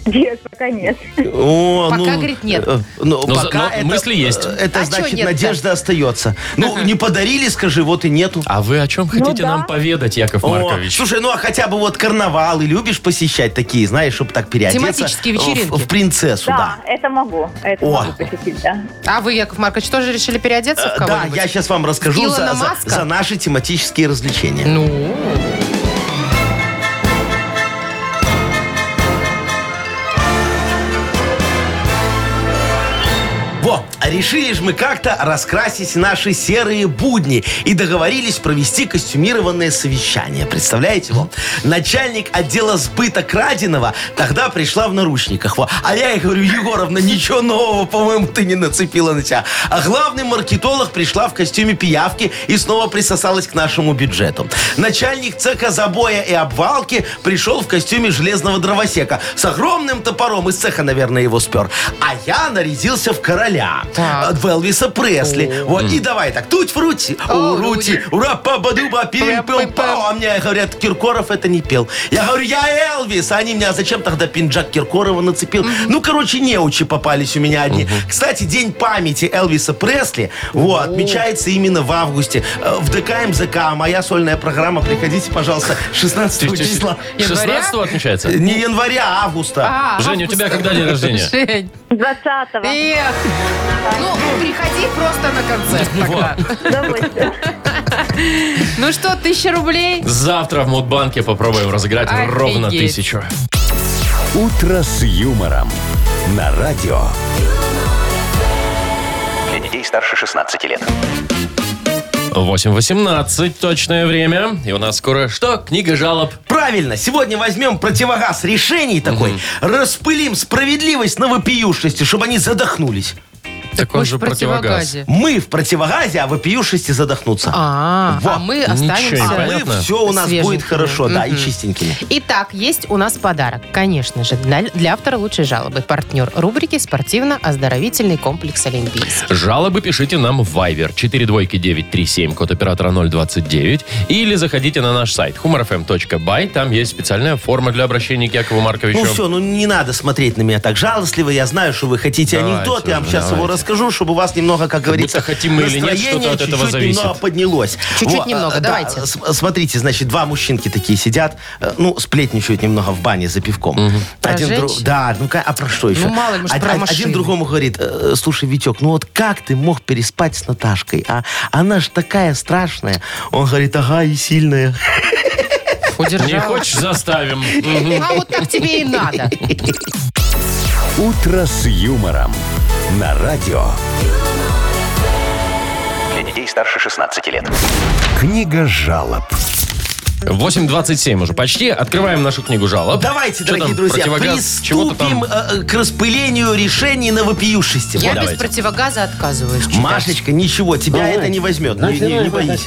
Speaker 8: Нет, пока нет.
Speaker 4: О,
Speaker 3: Пока, говорит, нет.
Speaker 4: э, ну,
Speaker 2: Но за-
Speaker 4: пока
Speaker 2: но мысли есть.
Speaker 4: э, Это
Speaker 3: А чё
Speaker 4: значит,
Speaker 3: нет-то?
Speaker 4: надежда остается. Ну, не подарили, скажи, вот и нету.
Speaker 2: А вы о
Speaker 3: Ну
Speaker 2: чем хотите
Speaker 8: да.
Speaker 2: нам поведать, Яков
Speaker 4: О,
Speaker 2: Маркович?
Speaker 4: слушай, ну а хотя бы вот карнавалы любишь посещать такие, знаешь, чтобы так переодеться.
Speaker 3: Тематические
Speaker 4: в-
Speaker 3: вечеринки.
Speaker 4: В, принцессу, да.
Speaker 8: Да, это могу. Это
Speaker 4: О.
Speaker 8: могу посетить, да.
Speaker 3: А вы, Яков Маркович, тоже решили переодеться в
Speaker 4: Э, Да,
Speaker 3: кого-нибудь?
Speaker 4: я сейчас вам расскажу
Speaker 3: Илона
Speaker 4: за, за-
Speaker 3: Маска?
Speaker 4: за наши тематические развлечения.
Speaker 3: Ну,
Speaker 4: Во, а решили же мы как-то раскрасить наши серые будни и договорились провести костюмированное совещание. Представляете, вот, начальник отдела сбыта краденого тогда пришла в наручниках. Во. А я ей говорю, Егоровна, ничего нового, по-моему, ты не нацепила на тебя. А главный маркетолог пришла в костюме пиявки и снова присосалась к нашему бюджету. Начальник цеха забоя и обвалки пришел в костюме железного дровосека с огромным топором из цеха, наверное, его спер. А я нарядился в короля.
Speaker 3: Так.
Speaker 4: От Элвиса Пресли. Вот, и давай так. Тут в рути.
Speaker 3: О,
Speaker 4: У рути.
Speaker 3: Рути.
Speaker 4: Ура, пабадуба, пирим, пим, пау. А мне говорят, Киркоров это не пел. Я говорю, я Элвис. А они меня, зачем тогда пинджак Киркорова нацепил? Ну, короче, неучи попались у меня одни. Кстати, день памяти Элвиса Пресли вот, отмечается именно в августе. Э, В ДК МЗК. Моя сольная программа. Приходите, пожалуйста, 16 числа.
Speaker 2: 16 отмечается?
Speaker 4: Не января, а августа.
Speaker 3: А,
Speaker 2: Жень, у тебя когда день рождения?
Speaker 3: Жень,
Speaker 8: 20-го.
Speaker 3: эх. Ну, приходи просто на концерт тогда. Ну что, тысяча рублей?
Speaker 2: Завтра в Мудбанке попробуем разыграть
Speaker 3: Офигеть.
Speaker 2: ровно тысячу.
Speaker 1: Утро с юмором на радио.
Speaker 5: Для детей старше 16 лет.
Speaker 2: 8.18 точное время. И у нас скоро что? Книга жалоб.
Speaker 4: Правильно, сегодня возьмем противогаз решений такой, распылим справедливость на вопиюшести, чтобы они задохнулись.
Speaker 2: Так
Speaker 3: Мы ж в противогазе.
Speaker 4: Мы в противогазе, а вопиюшести задохнутся.
Speaker 3: А,
Speaker 4: Во.
Speaker 3: а мы
Speaker 2: Ничего
Speaker 4: А
Speaker 2: не
Speaker 3: останемся.
Speaker 4: мы
Speaker 2: понятно.
Speaker 4: все у нас
Speaker 3: Свеженькими.
Speaker 4: будет хорошо, да, и
Speaker 3: Мгм.
Speaker 4: чистенькими.
Speaker 3: Итак, есть у нас подарок. Конечно же, для, для автора лучшей жалобы. Партнер рубрики «Спортивно-оздоровительный комплекс Олимпийский».
Speaker 2: Жалобы пишите нам в Viber 42937, код оператора 029. Или заходите на наш сайт humorfm.by. Там есть специальная форма для обращения к Якову Марковичу.
Speaker 4: Ну все, ну не надо смотреть на меня так жалостливо. Я знаю, что вы хотите
Speaker 2: Давайте
Speaker 4: анекдот, я вам
Speaker 2: уже,
Speaker 4: сейчас его
Speaker 2: давайте.
Speaker 4: расскажу, чтобы у вас немного, как говорится,
Speaker 2: хотим мы или нет,
Speaker 4: настроение
Speaker 2: что-то от этого
Speaker 4: чуть-чуть
Speaker 2: зависит.
Speaker 4: немного поднялось.
Speaker 3: Чуть-чуть
Speaker 4: Во,
Speaker 3: немного,
Speaker 4: а, да,
Speaker 3: давайте.
Speaker 4: с- Смотрите, значит, два мужчинки такие сидят, э, ну, сплетничают немного в бане за пивком.
Speaker 3: Про
Speaker 4: дру-
Speaker 3: женщин?
Speaker 4: Да, ну ка- а про что еще?
Speaker 3: Ну, мало ли, может,
Speaker 4: Од-
Speaker 3: про
Speaker 4: од-
Speaker 3: машины.
Speaker 4: Один другому говорит, «Э, слушай, Витек, ну вот как ты мог переспать с Наташкой? А она ж такая страшная. Он говорит, ага, и сильная.
Speaker 2: Не
Speaker 3: Удержал.
Speaker 2: хочешь, заставим. Мгм.
Speaker 3: А вот так тебе и надо.
Speaker 1: «Утро с юмором» на радио.
Speaker 5: Для детей старше 16 лет.
Speaker 1: Книга жалоб.
Speaker 2: 8.27 уже почти. Открываем нашу книгу жалоб.
Speaker 4: Давайте,
Speaker 2: Что
Speaker 4: дорогие
Speaker 2: там,
Speaker 4: друзья,
Speaker 2: противогаз, чего-то
Speaker 4: приступим
Speaker 2: там.
Speaker 4: э, э, к распылению решений на вопиюшести.
Speaker 3: Я
Speaker 4: Вот.
Speaker 3: без
Speaker 2: давайте.
Speaker 3: противогаза отказываюсь. читать.
Speaker 4: Ну, Машечка, ничего,
Speaker 2: Ну,
Speaker 4: тебя это не возьмет. Не, не- не боись.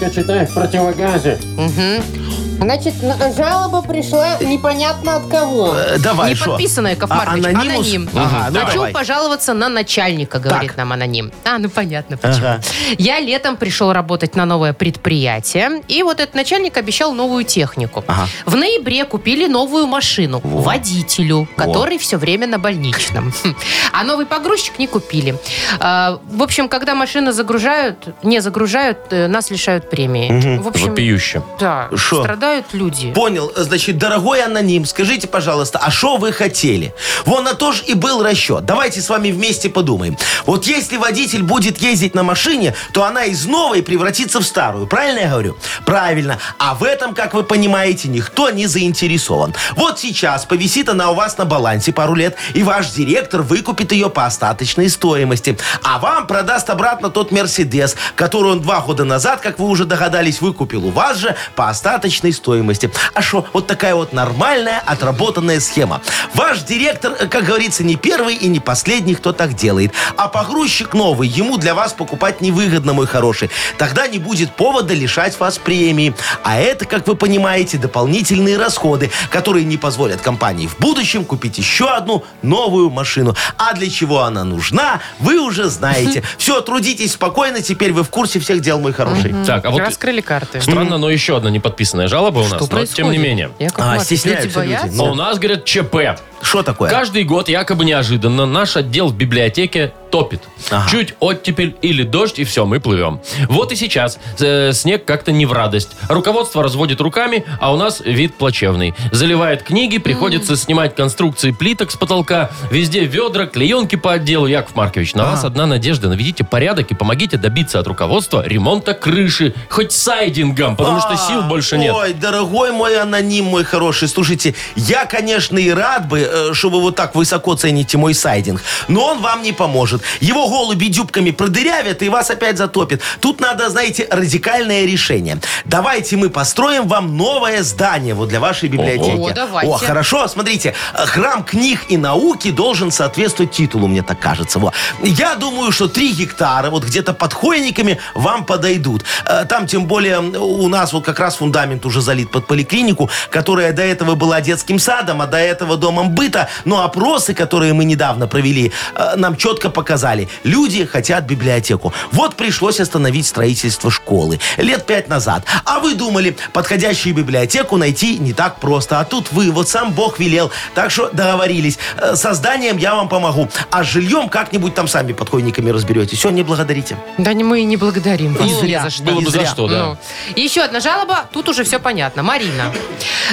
Speaker 6: Значит, на- жалоба пришла непонятно от кого.
Speaker 4: Э, Давай,
Speaker 3: Не
Speaker 4: шо?
Speaker 3: подписанная, Яков
Speaker 4: А-
Speaker 3: Маркович.
Speaker 4: анонимус?
Speaker 3: Аноним.
Speaker 4: Ага, ну
Speaker 3: Хочу
Speaker 4: давай.
Speaker 3: пожаловаться на начальника, говорит
Speaker 4: Так.
Speaker 3: нам аноним. А, ну понятно почему.
Speaker 4: Ага.
Speaker 3: Я летом пришел работать на новое предприятие, и вот этот начальник обещал новую технику.
Speaker 4: Ага.
Speaker 3: В ноябре купили новую машину водителю, который все время на больничном. Хм. А новый погрузчик не купили. А, В общем, когда машины загружают, не загружают, э, нас лишают премии. В общем,
Speaker 2: Вопиюще.
Speaker 3: да,
Speaker 4: Шо?
Speaker 3: страдают люди.
Speaker 4: Понял. э, Значит, дорогой аноним, скажите, пожалуйста, а что вы хотели? Вон на то ж и был расчет. Давайте с вами вместе подумаем. Вот если водитель будет ездить на машине, то она из новой превратится в старую. Правильно я говорю? Правильно. А в этом, как вы понимаете, никто не заинтересован. Вот сейчас повисит она у вас на балансе пару лет, и ваш директор выкупит ее по остаточной стоимости. А вам продаст обратно тот Мерседес, который он два года назад, как вы уже догадались, выкупил у вас же по остаточной стоимости. А что, вот такая вот нормальная отработанная схема. Ваш директор, э, как говорится, не первый и не последний, кто так делает. А погрузчик новый, ему для вас покупать невыгодно, мой хороший. Тогда не будет повода лишать вас премии. А это, как вы понимаете, дополнительные расходы, которые не позволят компании в будущем купить еще одну новую машину. А для чего она нужна, вы уже знаете. Все, трудитесь спокойно, теперь вы в курсе всех дел, мой хороший.
Speaker 2: Так, а вот
Speaker 3: Раскрыли карты.
Speaker 2: странно, но еще одна неподписанная жалоба у нас,
Speaker 3: Что
Speaker 2: но
Speaker 3: происходит?
Speaker 2: тем не менее.
Speaker 3: Яков
Speaker 4: А,
Speaker 3: Маркович,
Speaker 4: стесняются
Speaker 3: люди
Speaker 4: люди.
Speaker 3: боятся?
Speaker 4: Ну,
Speaker 2: Но у нас, говорят, ЧП.
Speaker 4: Что такое?
Speaker 2: Каждый год, якобы неожиданно, наш отдел в библиотеке топит.
Speaker 4: Ага.
Speaker 2: Чуть оттепель или дождь, и все, мы плывем. Вот и сейчас. э, снег как-то не в радость. Руководство разводит руками, а у нас вид плачевный. Заливает книги, приходится снимать конструкции плиток с потолка. Везде ведра, клеенки по отделу. Яков Маркович, на вас одна надежда. Наведите порядок и помогите добиться от руководства ремонта крыши. Хоть сайдингом, потому что сил больше нет.
Speaker 4: А, Ой, дорогой мой аноним, мой хороший, слушайте, я, конечно, и рад бы, э, что вы вот так высоко цените мой сайдинг, но он вам не поможет. Его голуби дюбками продырявят и вас опять затопит. Тут надо, знаете, радикальное решение. Давайте мы построим вам новое здание вот для вашей библиотеки.
Speaker 3: О, давайте.
Speaker 4: О, хорошо, смотрите, э, храм книг и науки должен соответствовать титулу, мне так кажется. Во. Я думаю, что 3 гектара вот где-то под хойниками вам подойдут. Э, Там, тем более, м, у нас вот как раз фундамент уже залит под поликлинику, которая до этого была детским садом, а до этого домом быта. Но опросы, которые мы недавно провели, э, нам четко показали. Люди хотят библиотеку. Вот пришлось остановить строительство школы лет пять назад. А вы думали, подходящую библиотеку найти не так просто. А тут вы, вот сам Бог велел. Так что договорились. Э, Со зданием я вам помогу. А с жильем как-нибудь там сами подходниками разберетесь. Все, не благодарите.
Speaker 3: Да не мы и не благодарим вас.
Speaker 4: Не
Speaker 3: ни
Speaker 4: зря.
Speaker 3: за что.
Speaker 2: Было
Speaker 4: не
Speaker 2: бы за
Speaker 4: зря.
Speaker 2: что, да.
Speaker 3: Ну. Еще одна жалоба, тут уже все понятно. Марина.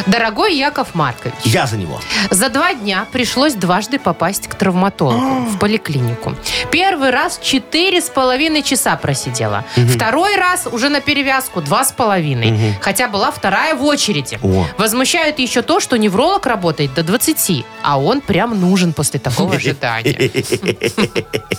Speaker 3: Дорогой Яков Маркович,
Speaker 4: Я за него.
Speaker 3: за два дня пришлось дважды попасть к травматологу в поликлинику. Первый раз четыре с половиной часа просидела. Второй раз уже на перевязку два с половиной. Хотя была вторая в очереди.
Speaker 4: О.
Speaker 3: Возмущает еще то, что невролог работает до 20, а он прям нужен после такого ожидания.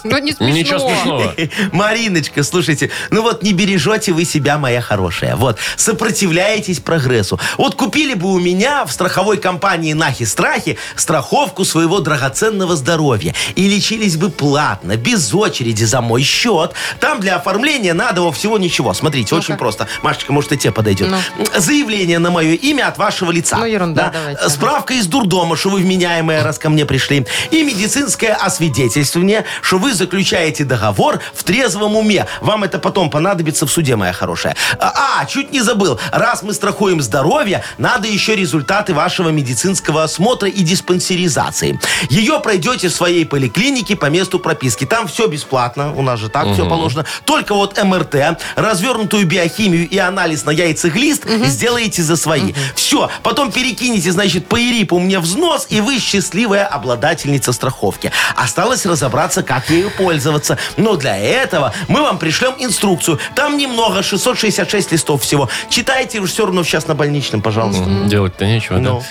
Speaker 3: Ну, не смешно.
Speaker 2: Ничего смешного.
Speaker 4: Мариночка, слушайте, ну вот не бережете вы себя, моя хорошая. Вот, сопротивляетесь прогрессу. Вот купили бы у меня в страховой компании Нахи Страхи страховку своего драгоценного здоровья. И лечились бы платно, без очереди, за мой счет. Там для оформления надо во всего ничего. Смотрите, очень просто. Машечка, может, и тебе подойдет. Заявление на мое имя от вашего лица.
Speaker 3: Ну, ерунда, давайте, ага.
Speaker 4: С Справка из дурдома, что вы вменяемая, раз ко мне пришли. И медицинское освидетельствование, что вы заключаете договор в трезвом уме. Вам это потом понадобится в суде, моя хорошая. А, а, чуть не забыл. Раз мы страхуем здоровье, надо еще результаты вашего медицинского осмотра и диспансеризации. Ее пройдете в своей поликлинике по месту прописки прописки. Там все бесплатно, у нас же так все положено. Только вот МРТ, развернутую биохимию и анализ на яйцах лист сделаете за свои. Все, потом перекинете, значит, по ИРИПу мне взнос, и вы счастливая обладательница страховки. Осталось разобраться, как ею пользоваться. Но для этого мы вам пришлем инструкцию. Там немного, 666 листов всего. Читайте, уж все равно сейчас на больничном, пожалуйста.
Speaker 2: Делать-то нечего,
Speaker 4: Ну.
Speaker 2: да?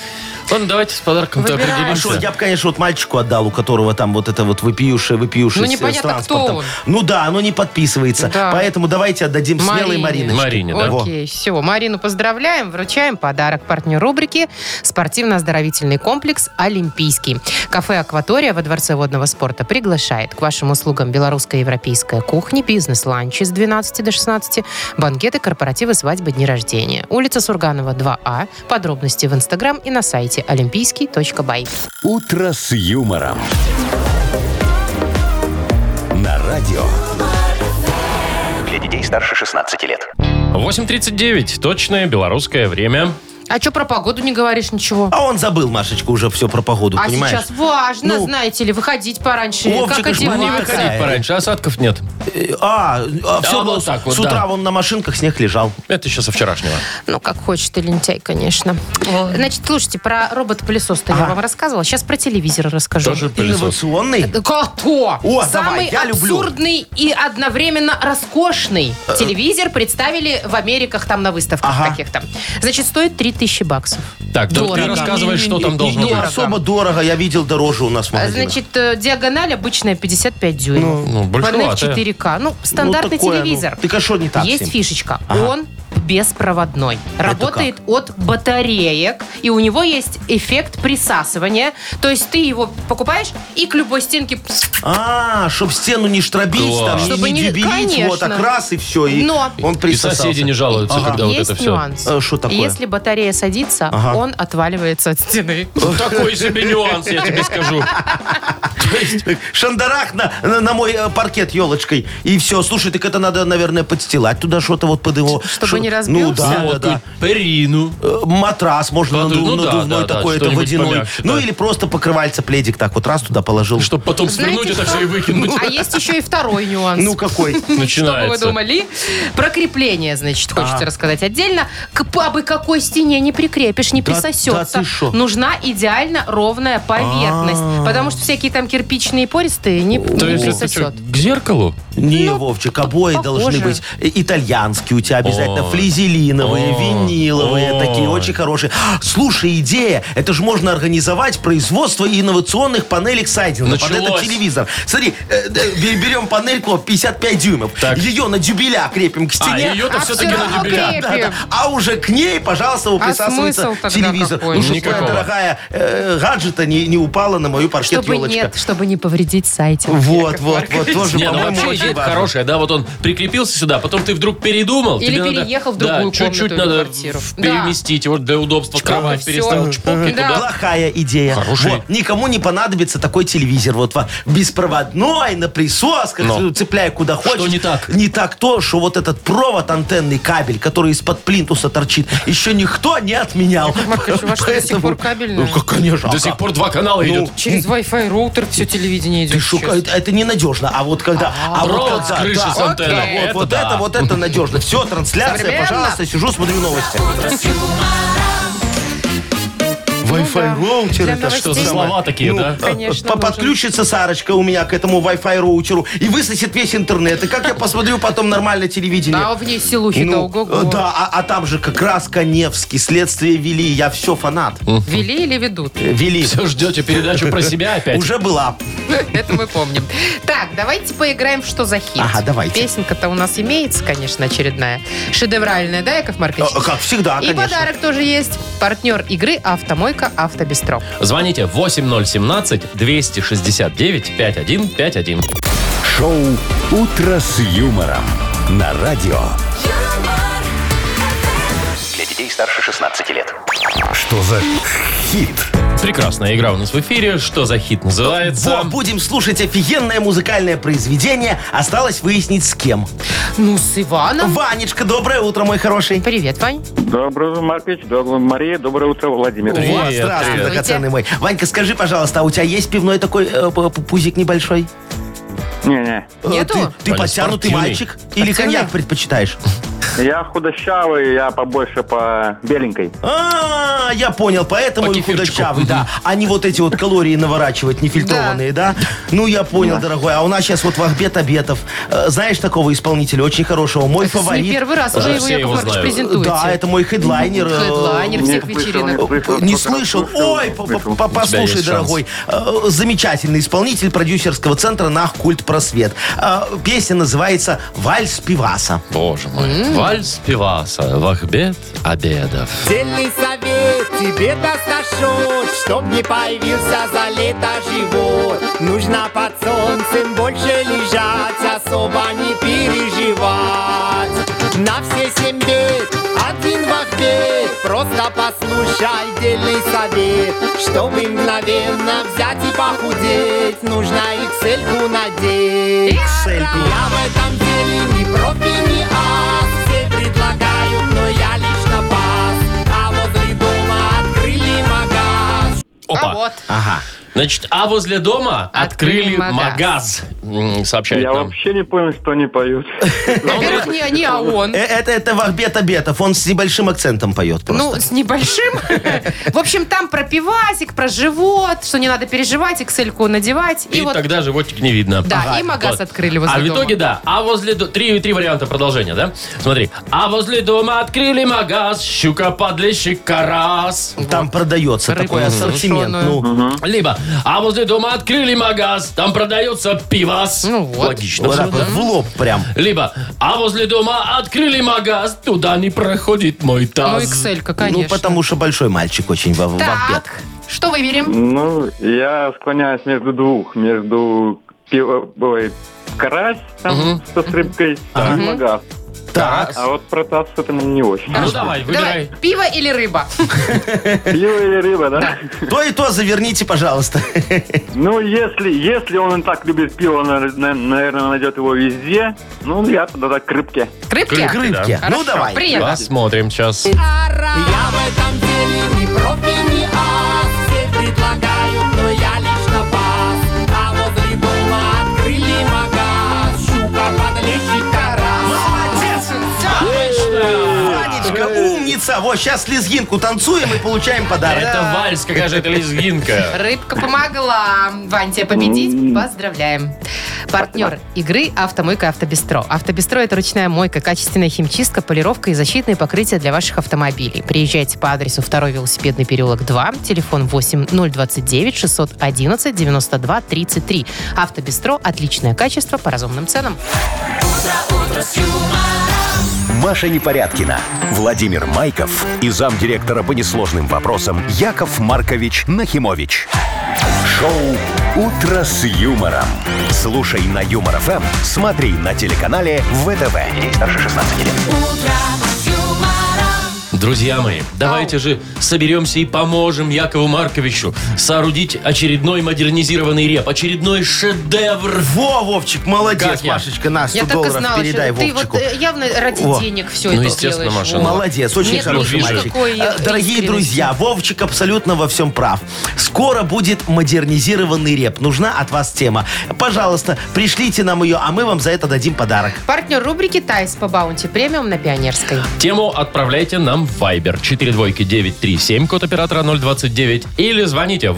Speaker 2: Ладно, давайте с подарком-то
Speaker 3: Выбирай.
Speaker 2: определимся.
Speaker 4: Хорошо, я бы, конечно, вот мальчику отдал, у которого там вот это вот выпиющее, выпиющее
Speaker 3: Ну, непонятно,
Speaker 4: с транспортом.
Speaker 3: кто он.
Speaker 4: Ну да, оно не подписывается.
Speaker 3: Да.
Speaker 4: Поэтому давайте отдадим смелой
Speaker 3: Марине.
Speaker 4: Мариночке.
Speaker 2: Марине, да.
Speaker 4: Во.
Speaker 3: Окей, все. Марину поздравляем, вручаем подарок партнер рубрики «Спортивно-оздоровительный комплекс Олимпийский». Кафе «Акватория» во Дворце водного спорта приглашает к вашим услугам белорусская и европейская кухня, бизнес-ланчи с 12 до 16, банкеты, корпоративы, свадьбы, дни рождения. Улица Сурганова, 2А. Подробности в Инстаграм и на сайте олимпийский.бай.
Speaker 1: «Утро с юмором». На радио.
Speaker 5: Для детей старше 16 лет.
Speaker 2: 8.39, точное белорусское время.
Speaker 3: А что про погоду не говоришь ничего?
Speaker 4: А он забыл, Машечка, уже все про погоду,
Speaker 3: А
Speaker 4: понимаешь?
Speaker 3: сейчас важно,
Speaker 4: Ну,
Speaker 3: знаете ли, выходить пораньше,
Speaker 4: Вовчик,
Speaker 3: как
Speaker 4: и ж мы не
Speaker 2: Не
Speaker 3: одеваться.
Speaker 4: Молодцы.
Speaker 2: выходить пораньше, осадков нет.
Speaker 4: Э, А, все
Speaker 2: вот так вот,
Speaker 4: с утра
Speaker 2: да.
Speaker 4: вон на машинках снег лежал.
Speaker 2: Это еще со вчерашнего.
Speaker 3: Ну, как хочет ты лентяй, конечно. Значит, слушайте, про робот-пылесос-то я
Speaker 4: Ага.
Speaker 3: вам рассказывала. Сейчас про телевизор расскажу.
Speaker 2: Тоже пылесос.
Speaker 4: Инновационный?
Speaker 3: Да Кто?
Speaker 4: О,
Speaker 3: Самый
Speaker 4: давай, я люблю. Э,
Speaker 3: абсурдный и одновременно роскошный телевизор представили в Америках там на выставках
Speaker 4: Ага.
Speaker 3: каких-то. Значит, стоит 3000 баксов.
Speaker 2: Так, да ты
Speaker 3: Дорого.
Speaker 2: рассказывай, что там должно
Speaker 4: Не
Speaker 2: быть.
Speaker 3: Дорого.
Speaker 4: особо дорого, я видел дороже у нас в
Speaker 3: А,
Speaker 4: магазинах.
Speaker 3: Значит, э, диагональ обычная 55 дюймов.
Speaker 2: Ну,
Speaker 3: Панель
Speaker 2: большеватая.
Speaker 3: 4К. Ну, стандартный
Speaker 4: такое, ну,
Speaker 3: телевизор.
Speaker 4: так а что не так с
Speaker 3: Есть
Speaker 4: ним?
Speaker 3: фишечка.
Speaker 4: Ага.
Speaker 3: Он беспроводной. Работает от батареек, и у него есть эффект присасывания. То есть ты его покупаешь и к любой стенке...
Speaker 4: А, чтоб стену не штробить,
Speaker 2: Класс.
Speaker 4: там, не-
Speaker 3: Чтобы
Speaker 4: не,
Speaker 3: не-
Speaker 4: дебилить, вот
Speaker 3: конечно.
Speaker 4: так раз и все, и
Speaker 3: Но.
Speaker 4: он
Speaker 2: И
Speaker 4: присосался.
Speaker 2: соседи не жалуются,
Speaker 4: Ага.
Speaker 2: когда вот
Speaker 3: есть
Speaker 2: это все.
Speaker 3: нюанс.
Speaker 4: Э, что такое?
Speaker 3: Если батарея садится,
Speaker 4: Ага.
Speaker 3: он отваливается от стены.
Speaker 2: Ну, Такой себе нюанс, я тебе скажу.
Speaker 4: Шандарах на, на- на мой э, паркет елочкой. И все. Слушай, так это надо, наверное, подстилать туда что-то вот под его.
Speaker 3: Чтобы
Speaker 4: Шо-
Speaker 3: не разбился?
Speaker 4: Ну да, да, да.
Speaker 2: Перину.
Speaker 4: Э, Матрас можно
Speaker 2: Поду-
Speaker 4: надув-
Speaker 2: ну да,
Speaker 4: надувной
Speaker 2: да, да,
Speaker 4: такой, это
Speaker 2: что-нибудь
Speaker 4: водяной.
Speaker 2: помягче,
Speaker 4: ну
Speaker 2: да.
Speaker 4: или просто покрывальце пледик так вот раз туда положил.
Speaker 2: Чтобы потом свернуть
Speaker 3: Знаете
Speaker 2: это
Speaker 3: что?
Speaker 2: все и выкинуть.
Speaker 3: А есть еще и второй нюанс.
Speaker 4: Ну какой?
Speaker 3: Что бы вы
Speaker 2: Начинается.
Speaker 3: думали? Про крепление, значит, хочется рассказать отдельно. К бабы какой стене не прикрепишь, не
Speaker 4: Да-
Speaker 3: присосется.
Speaker 4: да ты шо?
Speaker 3: Нужна идеально ровная поверхность. Потому что всякие там кирпичные пористые не,
Speaker 2: То
Speaker 3: не
Speaker 2: есть это что,
Speaker 3: присосет.
Speaker 2: к зеркалу?
Speaker 4: Не, Вовчик, обои
Speaker 3: Ну, похоже.
Speaker 4: должны быть э, итальянские у тебя обязательно,
Speaker 2: О.
Speaker 4: флизелиновые,
Speaker 2: О.
Speaker 4: виниловые,
Speaker 2: Ой.
Speaker 4: такие очень хорошие. А, Слушай, идея, это же можно организовать производство инновационных панелек сайдинга под этот
Speaker 2: Началось.
Speaker 4: телевизор. Смотри, э, э, бе- берем панельку 55 дюймов,
Speaker 2: Так.
Speaker 4: ее на дюбеля крепим к
Speaker 2: А,
Speaker 4: стене,
Speaker 2: ее-то
Speaker 3: а
Speaker 2: все-таки
Speaker 3: всё
Speaker 2: на
Speaker 3: равно
Speaker 2: дюбеля.
Speaker 3: крепит.
Speaker 4: да-да, а уже к ней, пожалуйста, вот
Speaker 3: А
Speaker 4: присасывается
Speaker 3: смысл тогда
Speaker 4: телевизор.
Speaker 3: какой?
Speaker 4: Ну, чтобы твоя
Speaker 2: Никакого.
Speaker 4: дорогая э, гаджета не, не упала на мою паркет
Speaker 3: Чтобы
Speaker 4: елочка.
Speaker 3: нет, чтобы не повредить сайте.
Speaker 4: Вот, вот, вот, тоже,
Speaker 2: Не, ну
Speaker 4: по-моему,
Speaker 2: вообще
Speaker 4: очень
Speaker 2: идея
Speaker 4: важно.
Speaker 2: хорошая, да, вот он прикрепился сюда, потом ты вдруг передумал.
Speaker 3: Или
Speaker 2: тебе надо-
Speaker 3: переехал в
Speaker 2: Да,
Speaker 3: другую
Speaker 2: чуть-чуть
Speaker 3: комнату или
Speaker 2: надо
Speaker 3: квартиру.
Speaker 2: в-
Speaker 3: Да.
Speaker 2: переместить, вот для удобства кровать
Speaker 3: всё.
Speaker 2: переставил, чпок и
Speaker 3: Да.
Speaker 2: туда.
Speaker 4: Плохая идея.
Speaker 2: Хорошая.
Speaker 4: Вот, никому не понадобится такой телевизор. Вот во- беспроводной, на присосках, ну,
Speaker 2: Но.
Speaker 4: цепляй куда хочешь.
Speaker 2: не так?
Speaker 4: Не так то, что вот этот провод, антенный кабель, который из-под плинтуса торчит, еще никто не отменял.
Speaker 3: Маркович, у вас что, до сих
Speaker 4: Поэтому-
Speaker 3: пор кабельное?
Speaker 4: Ну, как, конечно.
Speaker 2: До
Speaker 4: а
Speaker 2: сих
Speaker 4: как?
Speaker 2: пор два канала идет.
Speaker 3: Через Wi-Fi роутер все телевидение идет.
Speaker 4: Ты шо,
Speaker 3: сейчас.
Speaker 4: это, это ненадежно. А вот когда... А, вот
Speaker 2: провод с
Speaker 4: когда-
Speaker 2: крыши
Speaker 4: да,
Speaker 2: с антенной.
Speaker 4: да,
Speaker 2: Это
Speaker 4: Вот, вот
Speaker 2: да.
Speaker 4: это, вот это надежно. Все, трансляция,
Speaker 3: Современно.
Speaker 4: пожалуйста, сижу, смотрю новости.
Speaker 2: ну
Speaker 4: Wi-Fi роутер,
Speaker 3: Ну Для
Speaker 4: это
Speaker 3: новостей.
Speaker 2: Что за слова такие,
Speaker 4: Ну,
Speaker 2: да?
Speaker 4: э,
Speaker 3: Конечно,
Speaker 4: по-
Speaker 3: нужен.
Speaker 4: Подключится Сарочка у меня к этому Wi-Fi роутеру и высосет весь интернет. И как я посмотрю потом нормальное телевидение?
Speaker 3: Да, в ней А силухи-то,
Speaker 4: Ну,
Speaker 3: ого-го.
Speaker 4: э, да, а, а там же как раз Коневский, следствие вели, я все фанат.
Speaker 3: Вели или ведут?
Speaker 4: Э, Вели.
Speaker 2: Все ждете передачу про себя опять.
Speaker 4: Уже была. Э,
Speaker 3: Это мы помним. Так, давайте поиграем в «Что за хит».
Speaker 4: Ага, давайте.
Speaker 3: Песенка-то у нас имеется, конечно, очередная. Шедевральная, да, Яков Маркович?
Speaker 4: Э, Как всегда,
Speaker 3: И
Speaker 4: конечно.
Speaker 3: подарок тоже есть. Партнер игры «Автомойка Автобестро».
Speaker 2: Звоните 8017-269-5151.
Speaker 1: Шоу «Утро с юмором». На радио.
Speaker 5: Для детей старше 16 лет.
Speaker 1: Что за хит?
Speaker 2: Прекрасная игра у нас в эфире. Что за хит
Speaker 4: Во,
Speaker 2: называется?
Speaker 4: будем слушать офигенное музыкальное произведение. Осталось выяснить с кем.
Speaker 3: Ну, с Иваном.
Speaker 4: Ванечка, доброе утро, мой хороший.
Speaker 3: Привет, Вань.
Speaker 9: Доброе утро, Маркович. Доброе Мария. Доброе утро, Владимир.
Speaker 2: Привет,
Speaker 4: Вот, здравствуй,
Speaker 2: привет.
Speaker 4: драгоценный мой. Ванька, скажи, пожалуйста, а у тебя есть пивной такой э, п- пузик небольшой?
Speaker 9: Не-не,
Speaker 4: Э,
Speaker 3: Нету?
Speaker 4: Ты, ты
Speaker 2: Они
Speaker 4: подтянутый
Speaker 2: спортивные.
Speaker 4: мальчик или коньяк предпочитаешь?
Speaker 9: я худощавый, я побольше по беленькой.
Speaker 4: А, я понял, поэтому
Speaker 2: По
Speaker 4: и
Speaker 2: кефирчику.
Speaker 4: худощавый, да. А не вот эти вот калории наворачивать нефильтрованные, да? Ну, я понял, дорогой. А у нас сейчас вот в обед обетов. Э, Знаешь такого исполнителя, очень хорошего, мой
Speaker 3: Это не
Speaker 4: фаворит.
Speaker 3: первый раз
Speaker 2: Уже
Speaker 3: вы его,
Speaker 2: Э, все
Speaker 3: Яков
Speaker 2: его
Speaker 3: Маркович,
Speaker 2: знают.
Speaker 3: презентуете.
Speaker 4: Да, это мой хедлайнер. э,
Speaker 3: Хедлайнер
Speaker 9: Не
Speaker 3: всех
Speaker 9: слышал,
Speaker 3: вечеринок.
Speaker 9: не слышал,
Speaker 4: Не
Speaker 9: только
Speaker 4: слышал? Ой, по-
Speaker 9: слышал.
Speaker 4: по- по- послушай,
Speaker 2: есть
Speaker 4: дорогой. Э, Замечательный исполнитель продюсерского центра «Нах Культ Просвет». Э, Песня называется «Вальс пиваса».
Speaker 2: Боже мой. Вальс пиваса, вахбет обедов.
Speaker 10: Дельный совет тебе досташет, Чтоб не появился за лето живот. Нужно под солнцем больше лежать, Особо не переживать. На все семь бед один вахбет, Просто послушай дельный совет, Чтобы мгновенно взять и похудеть, Нужно иксельку
Speaker 4: э,
Speaker 10: надеть.
Speaker 4: Сельфи.
Speaker 10: Я в этом деле не профи, не ас Все предлагают, но я лично пас А возле дома открыли магаз
Speaker 2: Опа.
Speaker 3: А вот.
Speaker 4: Ага.
Speaker 2: Значит, а возле дома открыли
Speaker 3: Открыли
Speaker 2: магаз, М, сообщает
Speaker 9: Я
Speaker 2: нам.
Speaker 9: вообще не понял, что они поют.
Speaker 3: Во-первых, не они, а он.
Speaker 4: Э, Это, это Вахбет Обетов, он с небольшим акцентом поет просто.
Speaker 3: Ну, с небольшим. В общем, там про пивасик, про живот, что не надо переживать, иксельку надевать.
Speaker 2: И,
Speaker 3: И вот
Speaker 2: тогда животик не видно.
Speaker 3: Да, и магаз открыли возле
Speaker 2: А в
Speaker 3: дома.
Speaker 2: итоге, да, а возле... до- Три, три варианта продолжения, да? Смотри. А возле дома открыли магаз, щука, подлещик, карась.
Speaker 4: Там продается
Speaker 3: Ну, Рыбу
Speaker 4: такой ассортимент.
Speaker 3: сушеную.
Speaker 4: Ну,
Speaker 2: Либо, а возле дома открыли магаз, там продается пивас.
Speaker 3: Ну вот.
Speaker 2: Логично.
Speaker 4: вот
Speaker 2: всё,
Speaker 4: так вот
Speaker 2: да?
Speaker 4: в лоб прям. Ну,
Speaker 2: Либо, а возле дома открыли магаз, туда не проходит мой
Speaker 3: ну,
Speaker 2: таз.
Speaker 3: икселька, конечно.
Speaker 4: Ну, потому что большой мальчик очень во в Вахбет.
Speaker 3: Так, что выберем?
Speaker 9: Ну, я склоняюсь между двух. Между пиво... ой, карась там со скрипкой и магаз.
Speaker 4: Так.
Speaker 9: А вот про таз это мне не очень.
Speaker 2: Ну, давай, выбирай.
Speaker 3: Давай, пиво или рыба?
Speaker 9: Пиво или рыба, да?
Speaker 4: То и то заверните, пожалуйста.
Speaker 9: Ну, если, если он и так любит пиво, он, наверное, найдет его везде. Ну, я тогда к рыбке.
Speaker 3: К рыбке?
Speaker 2: К
Speaker 4: К рыбке.
Speaker 3: Хорошо,
Speaker 4: Ну, давай.
Speaker 3: Принято.
Speaker 2: Посмотрим сейчас.
Speaker 10: Я в этом деле не профи, не ас Все предлагают, но я лично пас А возле дома открыли магаз Щука, подлещик, карась
Speaker 4: Танечка, умница. Вот, сейчас лезгинку танцуем и получаем подарок.
Speaker 2: Это вальс, какая же это лезгинка.
Speaker 3: Рыбка помогла Вань, тебе победить. Поздравляем. Партнер игры «Автомойка Автобестро». «Автобестро» — это ручная мойка, качественная химчистка, полировка и защитные покрытия для ваших автомобилей. Приезжайте по адресу 2 велосипедный переулок 2, телефон 8 029 611 92 33. «Автобестро» — отличное качество по разумным ценам.
Speaker 1: Маша Непорядкина, Владимир Майков и замдиректора по несложным вопросам Яков Маркович Нахимович. Шоу «Утро с юмором». Слушай на Юмор ФМ, смотри на телеканале ВТВ. Ей старше 16 лет.
Speaker 2: Друзья мои, давайте же соберемся и поможем Якову Марковичу соорудить очередной модернизированный реп, очередной шедевр.
Speaker 4: Во, Вовчик, молодец,
Speaker 2: Как я?
Speaker 4: Машечка. На 100
Speaker 3: Я так и
Speaker 4: долларов
Speaker 3: знала,
Speaker 4: передай
Speaker 3: что ты
Speaker 4: Вовчику.
Speaker 3: вот э, явно ради
Speaker 4: Во.
Speaker 3: денег все
Speaker 2: Ну,
Speaker 3: это
Speaker 2: естественно,
Speaker 3: делаешь.
Speaker 2: Маша,
Speaker 3: Во.
Speaker 2: ну,
Speaker 4: Молодец, очень
Speaker 3: Нет
Speaker 4: хороший
Speaker 2: вижу.
Speaker 4: мальчик.
Speaker 3: Никакой
Speaker 4: Э, Дорогие
Speaker 3: искренности.
Speaker 4: друзья, Вовчик абсолютно во всем прав. Скоро будет модернизированный реп. Нужна от вас тема. Пожалуйста, пришлите нам ее, а мы вам за это дадим подарок.
Speaker 3: Партнер рубрики «Тайс по баунти премиум» на Пионерской.
Speaker 2: Тему отправляйте нам в Viber 42937, код оператора 029, или звоните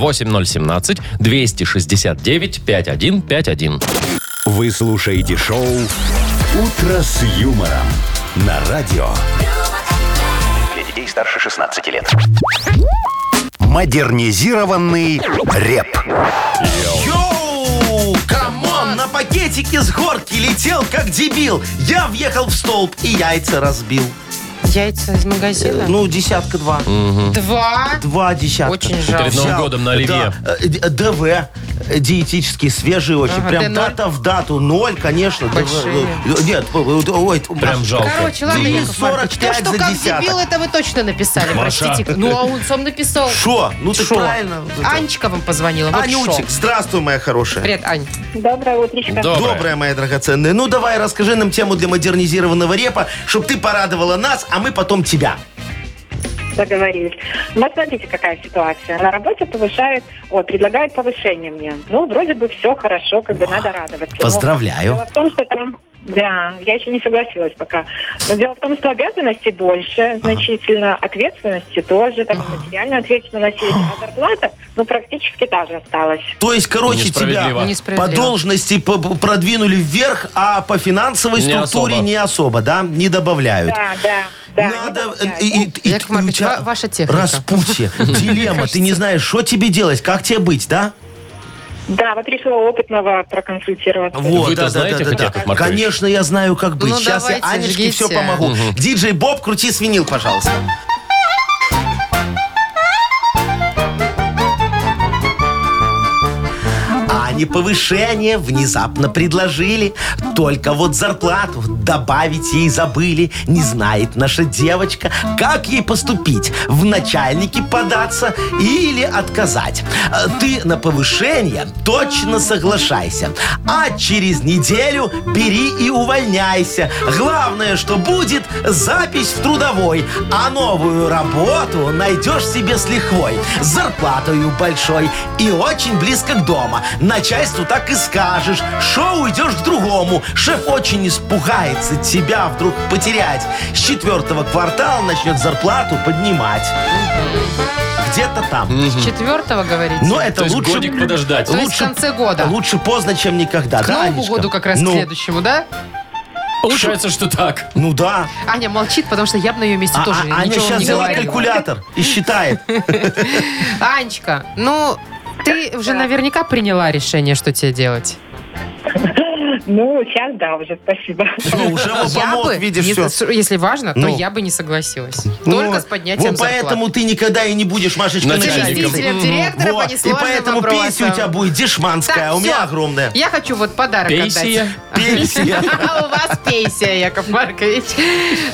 Speaker 2: 8017-269-5151.
Speaker 1: Вы слушаете шоу «Утро с юмором» на радио
Speaker 5: Для детей старше 16 лет.
Speaker 1: «Модернизированный реп».
Speaker 4: Йоу! Камон! На пакетике с горки летел, как дебил. Я въехал в столб и яйца разбил.
Speaker 3: Яйца из магазина?
Speaker 4: Ну, десятка два.
Speaker 3: Два.
Speaker 4: Два десятка.
Speaker 3: Очень жалко.
Speaker 2: Перед Новым
Speaker 4: Взял,
Speaker 2: годом на оливье.
Speaker 4: да, э, д- ДВ, э, диетические, свежие очень.
Speaker 3: Ага,
Speaker 4: Прям
Speaker 3: Д0?
Speaker 4: дата в дату. Ноль, конечно. ДВ.
Speaker 3: Большие.
Speaker 4: Э, Нет, э, э, ой,
Speaker 2: Прям жалко.
Speaker 3: Короче, ладно,
Speaker 4: Девять
Speaker 3: Яков Маркович, то,
Speaker 4: 45
Speaker 3: что
Speaker 4: за
Speaker 3: как
Speaker 4: десяток.
Speaker 3: дебил, это вы точно написали,
Speaker 2: Маша.
Speaker 3: простите. Ну, а он сам написал.
Speaker 4: Шо? Ну ты
Speaker 3: Шо?
Speaker 4: правильно.
Speaker 3: Анечка вам позвонила, вот шо.
Speaker 4: Анютик, здравствуй, моя хорошая.
Speaker 3: Привет, Ань.
Speaker 8: Доброе утречко.
Speaker 2: Доброе.
Speaker 4: Добрая моя драгоценная. Ну давай расскажи нам тему для модернизированного репа, чтобы ты порадовала нас, а мы потом тебя.
Speaker 8: договорились. Но смотрите, какая ситуация. На работе повышает, ой, предлагает повышение мне. Ну, вроде бы все хорошо, как бы надо радоваться. Но
Speaker 4: Поздравляю.
Speaker 8: Дело в том, что там да, я еще не согласилась пока. Но дело в том, что обязанностей больше значительно, ответственности тоже, так что материальная ответственность есть, а зарплата, ну, практически та же осталась.
Speaker 4: То есть, короче,
Speaker 2: Несправедливо.
Speaker 4: тебя по
Speaker 3: Несправедливо.
Speaker 4: должности по- по- продвинули вверх, а по финансовой
Speaker 2: Не
Speaker 4: структуре
Speaker 2: особо.
Speaker 4: не особо, да? Не добавляют.
Speaker 8: Да, да, да.
Speaker 4: Надо...
Speaker 8: Да.
Speaker 4: э, и- и-
Speaker 3: Ну, Яков
Speaker 4: и у
Speaker 3: Маркович,
Speaker 4: тебя
Speaker 3: ва- ваша техника.
Speaker 4: Распутье, дилемма. Ты не знаешь, что тебе делать, как тебе быть, да?
Speaker 8: Да, вот решила опытного
Speaker 4: А
Speaker 8: проконсультироваться.
Speaker 2: Вы-то знаете хоть, Яков Маркович?
Speaker 4: Конечно, я знаю, как быть.
Speaker 3: Ну,
Speaker 4: Сейчас я
Speaker 3: давайте,
Speaker 4: Анечке
Speaker 3: жгите.
Speaker 4: все помогу. Диджей Боб, крути свинил, пожалуйста. А не повышение внезапно предложили. Только вот зарплату добавить ей забыли. Не знает наша девочка, как ей поступить. В начальники податься или отказать. Э, Ты на повышение точно соглашайся. А через неделю бери и увольняйся. Главное, что будет запись в трудовой. А новую работу найдешь себе с лихвой. С зарплатою большой и очень близко к дому. Начальству так и скажешь. Шо уйдешь к другому. Шеф очень испугается тебя вдруг потерять. С четвертого квартала начнет зарплату поднимать. Где-то там.
Speaker 3: С четвертого, говорите?
Speaker 4: Но
Speaker 2: То
Speaker 4: это
Speaker 2: есть
Speaker 4: Ну, э, лучше...
Speaker 2: годик подождать.
Speaker 3: То есть в конце года.
Speaker 4: Лучше поздно, чем никогда.
Speaker 3: К
Speaker 4: да,
Speaker 3: Новому
Speaker 4: Анечка?
Speaker 3: году как раз к
Speaker 4: ну,
Speaker 3: следующему, да?
Speaker 2: Получается, что так.
Speaker 4: ну да.
Speaker 3: Аня молчит, потому что я бы на ее месте
Speaker 4: А-
Speaker 3: тоже
Speaker 4: а- Аня
Speaker 3: ничего
Speaker 4: сейчас
Speaker 3: не
Speaker 4: взяла
Speaker 3: говорила.
Speaker 4: калькулятор и считает.
Speaker 3: Анечка, ну ты уже наверняка приняла решение, что тебе делать.
Speaker 8: Ну, сейчас да, уже, спасибо.
Speaker 4: Ну, Уже он помог, видишь,
Speaker 3: не-
Speaker 4: все.
Speaker 3: с- если важно, то
Speaker 4: Ну.
Speaker 3: я бы не согласилась.
Speaker 4: Ну,
Speaker 3: Только с поднятием
Speaker 4: Вот поэтому
Speaker 3: зарплаты.
Speaker 4: ты никогда и не будешь, Машечка,
Speaker 2: Начальником.
Speaker 3: Заместителем директора по
Speaker 4: Вот, И
Speaker 3: несложным
Speaker 4: поэтому
Speaker 3: вопросам.
Speaker 4: пенсия у тебя будет дешманская,
Speaker 3: Так,
Speaker 4: а у меня
Speaker 3: всё.
Speaker 4: огромная.
Speaker 3: Я хочу вот подарок
Speaker 2: Пенсия.
Speaker 3: отдать.
Speaker 4: Пенсия.
Speaker 3: А у вас пенсия, Яков Маркович.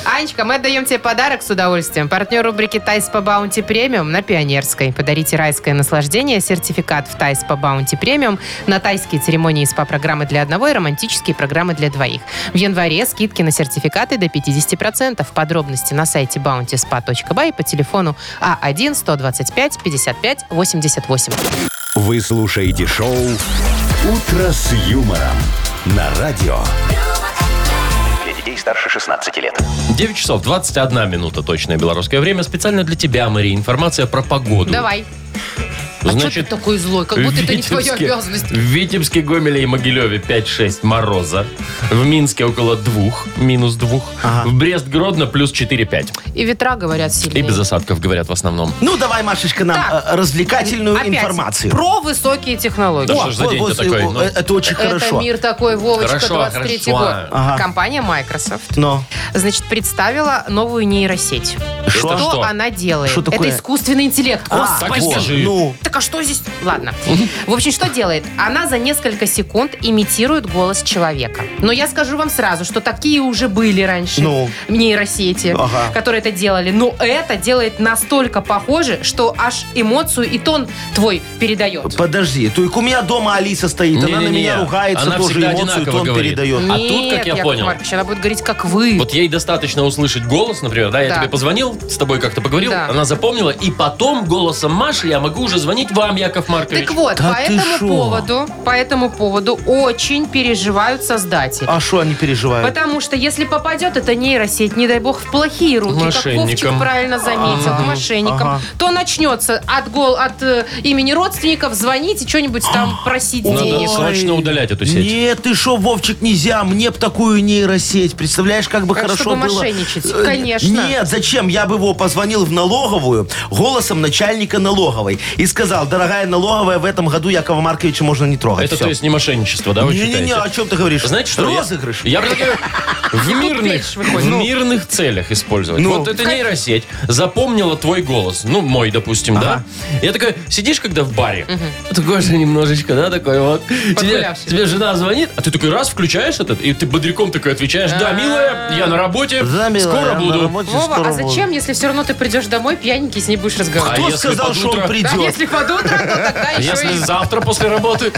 Speaker 3: Анечка, мы отдаем тебе подарок с удовольствием. Партнер рубрики «Тайс по баунти премиум» на Пионерской. Подарите райское наслаждение, сертификат в «Тайс по баунти премиум» на тайские церемонии СПА-программы для одного и романтические программы для двоих. В январе скидки на сертификаты до 50%. Подробности на сайте bountyspa.by по телефону А А1-125-55-88.
Speaker 1: Вы слушаете шоу «Утро с юмором» на радио.
Speaker 5: Для детей старше 16 лет.
Speaker 2: 9 часов 21 минута точное белорусское время. Специально для тебя, Мария, информация про погоду.
Speaker 3: Давай. а что ты
Speaker 2: Значит,
Speaker 3: такой злой? Как будто это не
Speaker 2: Витебске-
Speaker 3: твоя обязанность.
Speaker 2: В Витебске, Гомеле и Могилеве 5-6 мороза. В Минске около 2, минус 2.
Speaker 4: Ага.
Speaker 2: В Брест-Гродно плюс 4-5.
Speaker 3: И ветра, говорят,
Speaker 2: И
Speaker 3: сильные.
Speaker 2: без осадков, говорят, в основном.
Speaker 4: Ну, давай, Машечка, нам
Speaker 3: Так.
Speaker 4: э, развлекательную
Speaker 3: Опять
Speaker 4: информацию.
Speaker 3: Про высокие технологии.
Speaker 2: Да что ж за
Speaker 4: вот,
Speaker 2: день-то
Speaker 4: вот,
Speaker 2: такой,
Speaker 4: э,
Speaker 2: ну?
Speaker 4: э, Это очень
Speaker 3: Это
Speaker 4: хорошо.
Speaker 3: мир такой, Вовочка,
Speaker 2: Хорошо,
Speaker 3: 23-й
Speaker 2: хорошо.
Speaker 3: год.
Speaker 4: Ага.
Speaker 3: Компания Microsoft,
Speaker 4: Но
Speaker 3: значит, представила новую нейросеть.
Speaker 2: Это что?
Speaker 3: она делает?
Speaker 4: Что такое?
Speaker 3: Это искусственный интеллект.
Speaker 4: А,
Speaker 2: так и
Speaker 4: вот,
Speaker 2: скажи.
Speaker 4: Ну,
Speaker 3: Так а что здесь? Ладно. В общем, что делает? Она за несколько секунд имитирует голос человека. Но я скажу вам сразу, что такие уже были раньше
Speaker 4: Ну.
Speaker 3: нейросети,
Speaker 4: Ага.
Speaker 3: которые это делали. Но это делает настолько похоже, что аж эмоцию и тон твой передает.
Speaker 4: подожди. Только у меня дома Алиса стоит, она на
Speaker 2: Не-не-не.
Speaker 4: меня ругается,
Speaker 2: Она
Speaker 4: тоже
Speaker 2: всегда
Speaker 4: эмоцию
Speaker 2: одинаково
Speaker 4: тон
Speaker 2: говорит.
Speaker 4: передает.
Speaker 2: А тут, как я
Speaker 3: Яков
Speaker 2: понял.
Speaker 3: Маркович, она будет говорить, как вы.
Speaker 2: Вот ей достаточно услышать голос, например, да, я
Speaker 3: Да.
Speaker 2: тебе позвонил, с тобой как-то поговорил,
Speaker 3: Да.
Speaker 2: она запомнила, и потом голосом Маши я могу уже звонить вам, Яков Маркович.
Speaker 3: Так вот,
Speaker 4: Да
Speaker 3: по
Speaker 4: ты
Speaker 3: этому
Speaker 4: шо?
Speaker 3: поводу, по этому поводу очень переживают создатели.
Speaker 4: А что они переживают?
Speaker 3: Потому что если попадет эта нейросеть, не дай бог, в плохие руки, как
Speaker 2: Мошенникам.
Speaker 3: Вовчик правильно заметил, к мошенникам,
Speaker 4: ага.
Speaker 3: то начнется от, гол, от э, имени родственников звонить и что-нибудь там просить
Speaker 2: Надо
Speaker 3: денег.
Speaker 2: срочно удалять эту сеть.
Speaker 4: Нет, ты шо, Вовчик, нельзя. Мне б такую нейросеть. Представляешь, как бы
Speaker 3: Как
Speaker 4: хорошо
Speaker 3: чтобы
Speaker 4: было.
Speaker 3: мошенничать.
Speaker 4: Э,
Speaker 3: Конечно.
Speaker 4: Нет, зачем? Я бы его позвонил в налоговую голосом начальника налоговой и сказал, дорогая налоговая, в этом году Якова Марковича можно не трогать.
Speaker 2: Это
Speaker 4: Всё.
Speaker 2: то есть не мошенничество, да, вы
Speaker 4: Не-не-не, а
Speaker 2: считаете?
Speaker 4: о чем ты говоришь?
Speaker 2: Знаете что? я-
Speaker 4: Розыгрыш.
Speaker 2: Я, предлагаю в мирных,
Speaker 3: видишь, выходит.
Speaker 2: в
Speaker 3: Ну.
Speaker 2: мирных целях использовать.
Speaker 4: Ну.
Speaker 2: Вот эта нейросеть запомнила твой голос. Ну, мой, допустим, да? Я такой, сидишь, когда в баре, такой же немножечко, да, такой вот. Тебе,
Speaker 3: Подгулявший.
Speaker 2: тебе жена звонит, а ты такой раз включаешь этот, и ты бодряком такой отвечаешь, да, милая, я на работе,
Speaker 4: Да, милая,
Speaker 2: скоро
Speaker 4: на
Speaker 2: буду.
Speaker 4: работе
Speaker 3: Вова,
Speaker 4: скоро
Speaker 3: а
Speaker 4: буду.
Speaker 3: зачем если все равно ты придешь домой, пьяненький с ней будешь разговаривать?
Speaker 4: Кто
Speaker 2: А если
Speaker 4: сказал,
Speaker 2: под
Speaker 4: что он
Speaker 2: утро?
Speaker 3: Да,
Speaker 4: придет?
Speaker 3: если под утро, то тогда еще
Speaker 2: А Если
Speaker 3: и...
Speaker 2: завтра после работы...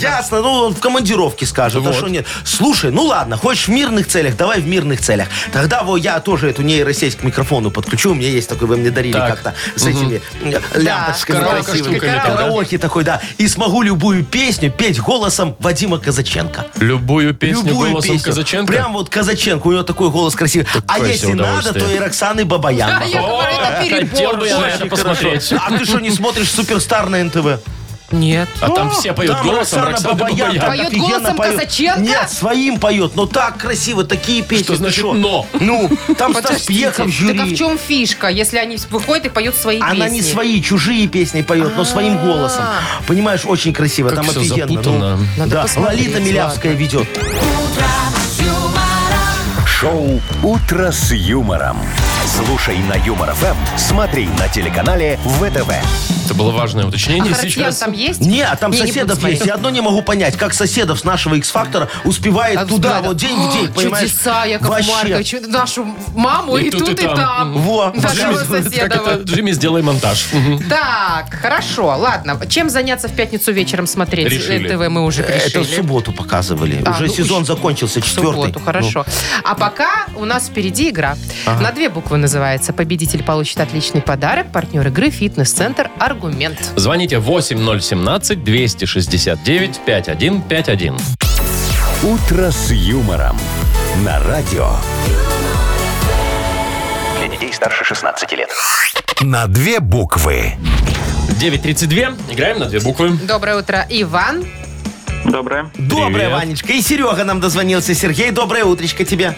Speaker 4: Ясно, ну он в командировке скажет, а
Speaker 2: Вот.
Speaker 4: что нет. Слушай, ну ладно, хочешь в мирных целях, давай в мирных целях. Тогда во, я тоже эту нейросеть к микрофону подключу, у меня есть такой, вы мне дарили
Speaker 2: Так.
Speaker 4: как-то с этими э, лямпочками
Speaker 2: Да, с
Speaker 4: красивыми.
Speaker 2: караоке-штуками там, да?
Speaker 4: Караоке такой, да. И смогу любую песню петь голосом Вадима Казаченко.
Speaker 2: Любую песню
Speaker 4: Любую
Speaker 2: голосом
Speaker 4: песню.
Speaker 2: Казаченко.
Speaker 4: Прям вот Казаченко, у него такой голос красивый. а
Speaker 2: себе
Speaker 4: если надо,
Speaker 2: удовольствие.
Speaker 4: то и Роксаны Бабаян.
Speaker 3: Да, я говорю, это
Speaker 2: Хотел бы
Speaker 3: перебор.
Speaker 2: я на
Speaker 4: Очень
Speaker 2: это
Speaker 4: хорошо.
Speaker 2: посмотреть.
Speaker 4: А ты что, не смотришь Суперстар на НТВ?
Speaker 3: Нет.
Speaker 2: А там все поют
Speaker 4: Там
Speaker 2: голосом Роксана Бабаян.
Speaker 4: там
Speaker 3: Поет
Speaker 4: офигенно
Speaker 3: голосом Казаченко?
Speaker 4: Нет, своим поет, но так красиво, такие песни.
Speaker 2: Что
Speaker 4: ты
Speaker 2: значит
Speaker 4: шо?
Speaker 2: «но»?
Speaker 4: Ну, там Стас
Speaker 3: Подождите,
Speaker 4: Пьеха
Speaker 3: Так
Speaker 4: в
Speaker 3: а в
Speaker 4: жюри.
Speaker 3: чем фишка, если они выходят и поют свои
Speaker 4: Она
Speaker 3: песни? А.
Speaker 4: не свои, чужие песни поет, но своим голосом. Понимаешь, очень красиво,
Speaker 2: Как
Speaker 4: там
Speaker 2: всё
Speaker 4: офигенно. ну.
Speaker 2: запутано.
Speaker 3: Надо
Speaker 4: да,
Speaker 3: посмотреть,
Speaker 4: Лолита Милявская ведет.
Speaker 1: Шоу «Утро с юмором». Слушай на Юмор ФМ, смотри на телеканале ВТВ.
Speaker 2: Это было важное
Speaker 3: А
Speaker 2: уточнение
Speaker 3: Харатьян
Speaker 2: сейчас.
Speaker 3: там есть?
Speaker 4: Не, а там
Speaker 3: Не, не буду
Speaker 4: соседов
Speaker 3: смотреть.
Speaker 4: есть. Я одно не могу понять, как соседов с нашего X-фактора успевает
Speaker 3: А,
Speaker 4: туда,
Speaker 3: да.
Speaker 4: вот день в день,
Speaker 3: О,
Speaker 4: понимаешь?
Speaker 3: Чудеса, Яков
Speaker 4: Вообще.
Speaker 3: Маркович. Нашу маму и, тут, и там.
Speaker 4: Во.
Speaker 3: Нашего
Speaker 2: Джимми, как
Speaker 3: соседа.
Speaker 2: это,
Speaker 3: вот.
Speaker 2: Джимми, сделай монтаж. Мгм.
Speaker 3: Так, хорошо, ладно. Чем заняться в пятницу вечером смотреть? Э,
Speaker 2: Решили.
Speaker 3: ТВ мы уже
Speaker 4: Э, Это в
Speaker 3: решили.
Speaker 4: субботу показывали.
Speaker 3: А,
Speaker 4: Уже
Speaker 3: ну,
Speaker 4: сезон
Speaker 3: уж-
Speaker 4: закончился,
Speaker 3: В
Speaker 4: четвертый.
Speaker 3: субботу, хорошо.
Speaker 4: Ну.
Speaker 3: А пока у нас впереди игра. На две буквы называется. Победитель получит отличный подарок. Партнер игры «Фитнес-центр Аргумент».
Speaker 2: Звоните 8017-269-5151.
Speaker 1: «Утро с юмором» на радио.
Speaker 5: Для детей старше 16 лет.
Speaker 1: На две буквы.
Speaker 2: 9.32. Играем на две буквы.
Speaker 3: Доброе утро, Иван.
Speaker 9: Доброе.
Speaker 4: Доброе,
Speaker 2: Привет.
Speaker 4: Ванечка. И Серега нам дозвонился. Сергей, доброе утречко тебе.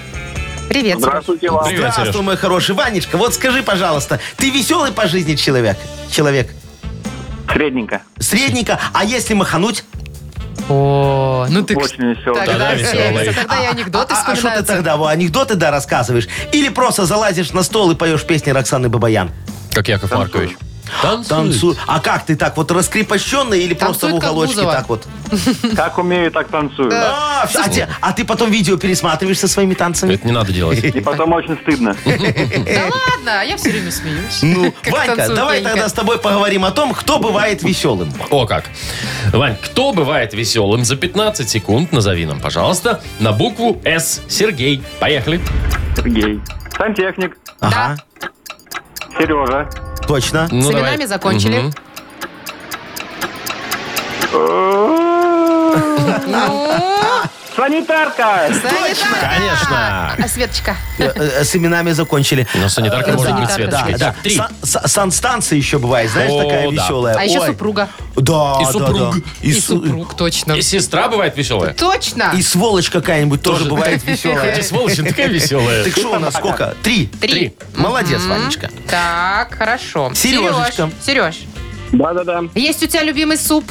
Speaker 3: Привет.
Speaker 7: Здравствуйте вам.
Speaker 2: Привет,
Speaker 4: Здравствуй,
Speaker 2: Сереж.
Speaker 4: мой хороший. Ванечка, вот скажи, пожалуйста, ты веселый по жизни человек? Человек.
Speaker 9: Средненько.
Speaker 4: Средненько. А если махануть?
Speaker 3: О, ну ты...
Speaker 9: Очень весело.
Speaker 2: Да-да,
Speaker 3: Тогда все,
Speaker 2: веселый.
Speaker 3: тогда и анекдоты
Speaker 4: а, а что ты
Speaker 3: вспоминаются.
Speaker 4: тогда, во, анекдоты, да, рассказываешь? Или просто залазишь на стол и поешь песни Роксаны Бабаян?
Speaker 2: Как Яков Маркович.
Speaker 4: Танцуй. А как ты так вот раскрепощенный или просто в
Speaker 3: Танцует, как
Speaker 4: уголочке
Speaker 3: Бузова. Э,
Speaker 4: так вот?
Speaker 9: Как умею, так танцую.
Speaker 4: А, а те- а ты потом видео пересматриваешь со своими танцами?
Speaker 2: Это не надо делать.
Speaker 9: И потом очень стыдно.
Speaker 3: Да ладно, а я все время смеюсь.
Speaker 4: Ну,
Speaker 3: Как
Speaker 4: Ванька,
Speaker 3: танцует
Speaker 4: давай
Speaker 3: Ленька.
Speaker 4: тогда с тобой поговорим о том, кто бывает веселым.
Speaker 2: О как. Вань, кто бывает веселым за 15 секунд? Назови нам, пожалуйста, на букву «С». Сергей. Поехали.
Speaker 9: Сергей. Сантехник.
Speaker 4: Ага,
Speaker 9: Сережа.
Speaker 4: точно.
Speaker 2: Ну,
Speaker 3: С
Speaker 2: давай.
Speaker 3: именами закончили.
Speaker 2: Мгм.
Speaker 3: Ну,
Speaker 9: Санитарка.
Speaker 3: Санитарка!
Speaker 2: Конечно.
Speaker 3: А, Светочка.
Speaker 4: Э, э, С именами закончили.
Speaker 2: Но санитарка
Speaker 4: Э,
Speaker 2: может
Speaker 4: да,
Speaker 2: быть Светочкой.
Speaker 4: да,
Speaker 2: Так,
Speaker 4: да.
Speaker 2: три.
Speaker 4: Сан- са- Санстанция еще бывает, знаешь,
Speaker 2: О,
Speaker 4: такая
Speaker 2: да.
Speaker 4: веселая.
Speaker 3: А еще
Speaker 4: Ой.
Speaker 3: супруга.
Speaker 4: Да,
Speaker 2: И
Speaker 4: да,
Speaker 2: супруг.
Speaker 4: да.
Speaker 3: И,
Speaker 4: су-
Speaker 3: супруг, точно.
Speaker 2: И сестра бывает веселая?
Speaker 3: Точно!
Speaker 4: И сволочь какая-нибудь тоже бывает
Speaker 2: Хоть и
Speaker 3: Э.
Speaker 4: веселая.
Speaker 2: сволочь, но такая веселая.
Speaker 4: Так что у нас сколько? Три.
Speaker 2: Три.
Speaker 4: Молодец, Ванечка.
Speaker 3: Так, хорошо.
Speaker 4: Сережечка.
Speaker 3: Сереж, Сереж,
Speaker 9: Да-да-да,
Speaker 3: есть у тебя любимый суп?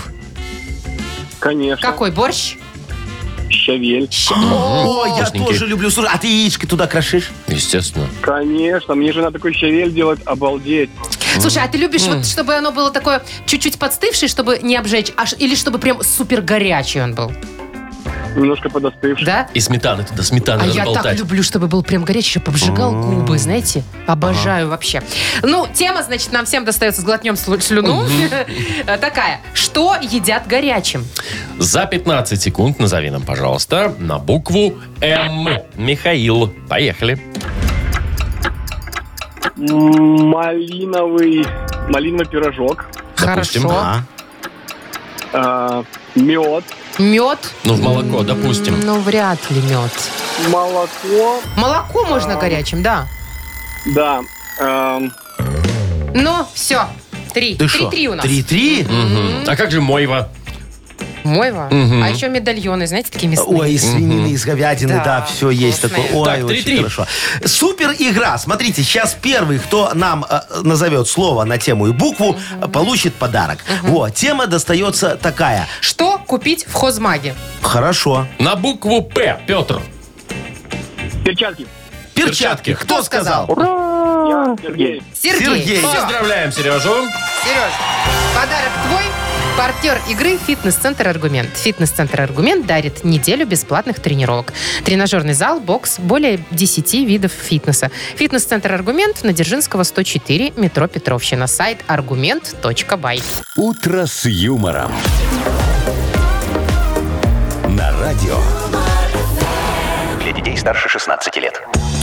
Speaker 9: конечно.
Speaker 3: Какой? Борщ?
Speaker 9: Щавель.
Speaker 4: О, я
Speaker 2: вкусненький.
Speaker 4: тоже люблю. Слушай, а ты яички туда крошишь?
Speaker 2: Естественно.
Speaker 9: Конечно, мне жена такой щавель делает, обалдеть.
Speaker 3: Слушай, а ты любишь, вот, чтобы оно было такое чуть-чуть подстывшее, чтобы не обжечь, а ш- или чтобы прям супер горячий он был,
Speaker 9: Немножко подостывший.
Speaker 3: да?
Speaker 2: И сметаны туда, сметаны
Speaker 3: А я так
Speaker 2: разболтать.
Speaker 3: люблю, чтобы был прям горячий, чтобы обжигал губы, знаете? Обожаю вообще. Ну, тема, значит, нам всем достается глотнем слю- слюну. Э, Такая. Что едят горячим?
Speaker 2: За 15 секунд назови нам, пожалуйста, на букву М. Михаил. Поехали.
Speaker 9: М, Малиновый, малиновый пирожок,
Speaker 2: Допустим.
Speaker 3: Хорошо.
Speaker 4: А.
Speaker 9: а, мед,
Speaker 3: Мед?
Speaker 2: Ну, в молоко, допустим.
Speaker 3: Ну, вряд ли мед.
Speaker 9: молоко,
Speaker 3: Молоко можно горячим, да.
Speaker 9: да. эм,
Speaker 3: Ну, все. Три.
Speaker 4: Ты что?
Speaker 3: Три-три у нас.
Speaker 4: Три-три?
Speaker 2: Мгм. А как же Мойва?
Speaker 3: Мойва.
Speaker 2: Мгм.
Speaker 3: А еще медальоны, знаете, такие мясные.
Speaker 4: Ой, из свинины, из говядины,
Speaker 3: Да,
Speaker 4: да, все есть
Speaker 3: вкусные.
Speaker 4: такое. Ой,
Speaker 2: Так,
Speaker 4: очень
Speaker 2: 3-3.
Speaker 4: хорошо. Супер игра. Смотрите, сейчас первый, кто нам э, назовет слово на тему и букву, э, получит подарок. Вот, тема достается такая.
Speaker 3: Что купить в хозмаге?
Speaker 4: Хорошо.
Speaker 2: На букву П. Петр.
Speaker 9: перчатки.
Speaker 4: Перчатки.
Speaker 2: Перчатки.
Speaker 4: Кто сказал?
Speaker 9: Я, Сергей.
Speaker 3: Сергей.
Speaker 4: Сергей.
Speaker 3: Всё.
Speaker 2: Поздравляем, Сережу.
Speaker 3: Сереж, подарок твой. Партнер игры «Фитнес-центр Аргумент». «Фитнес-центр Аргумент» дарит неделю бесплатных тренировок. Тренажерный зал, бокс, более 10 видов фитнеса. «Фитнес-центр Аргумент» на Дзержинского, 104, метро Петровщина. Сайт argument.by.
Speaker 1: «Утро с юмором». На радио.
Speaker 5: Для детей старше 16 лет.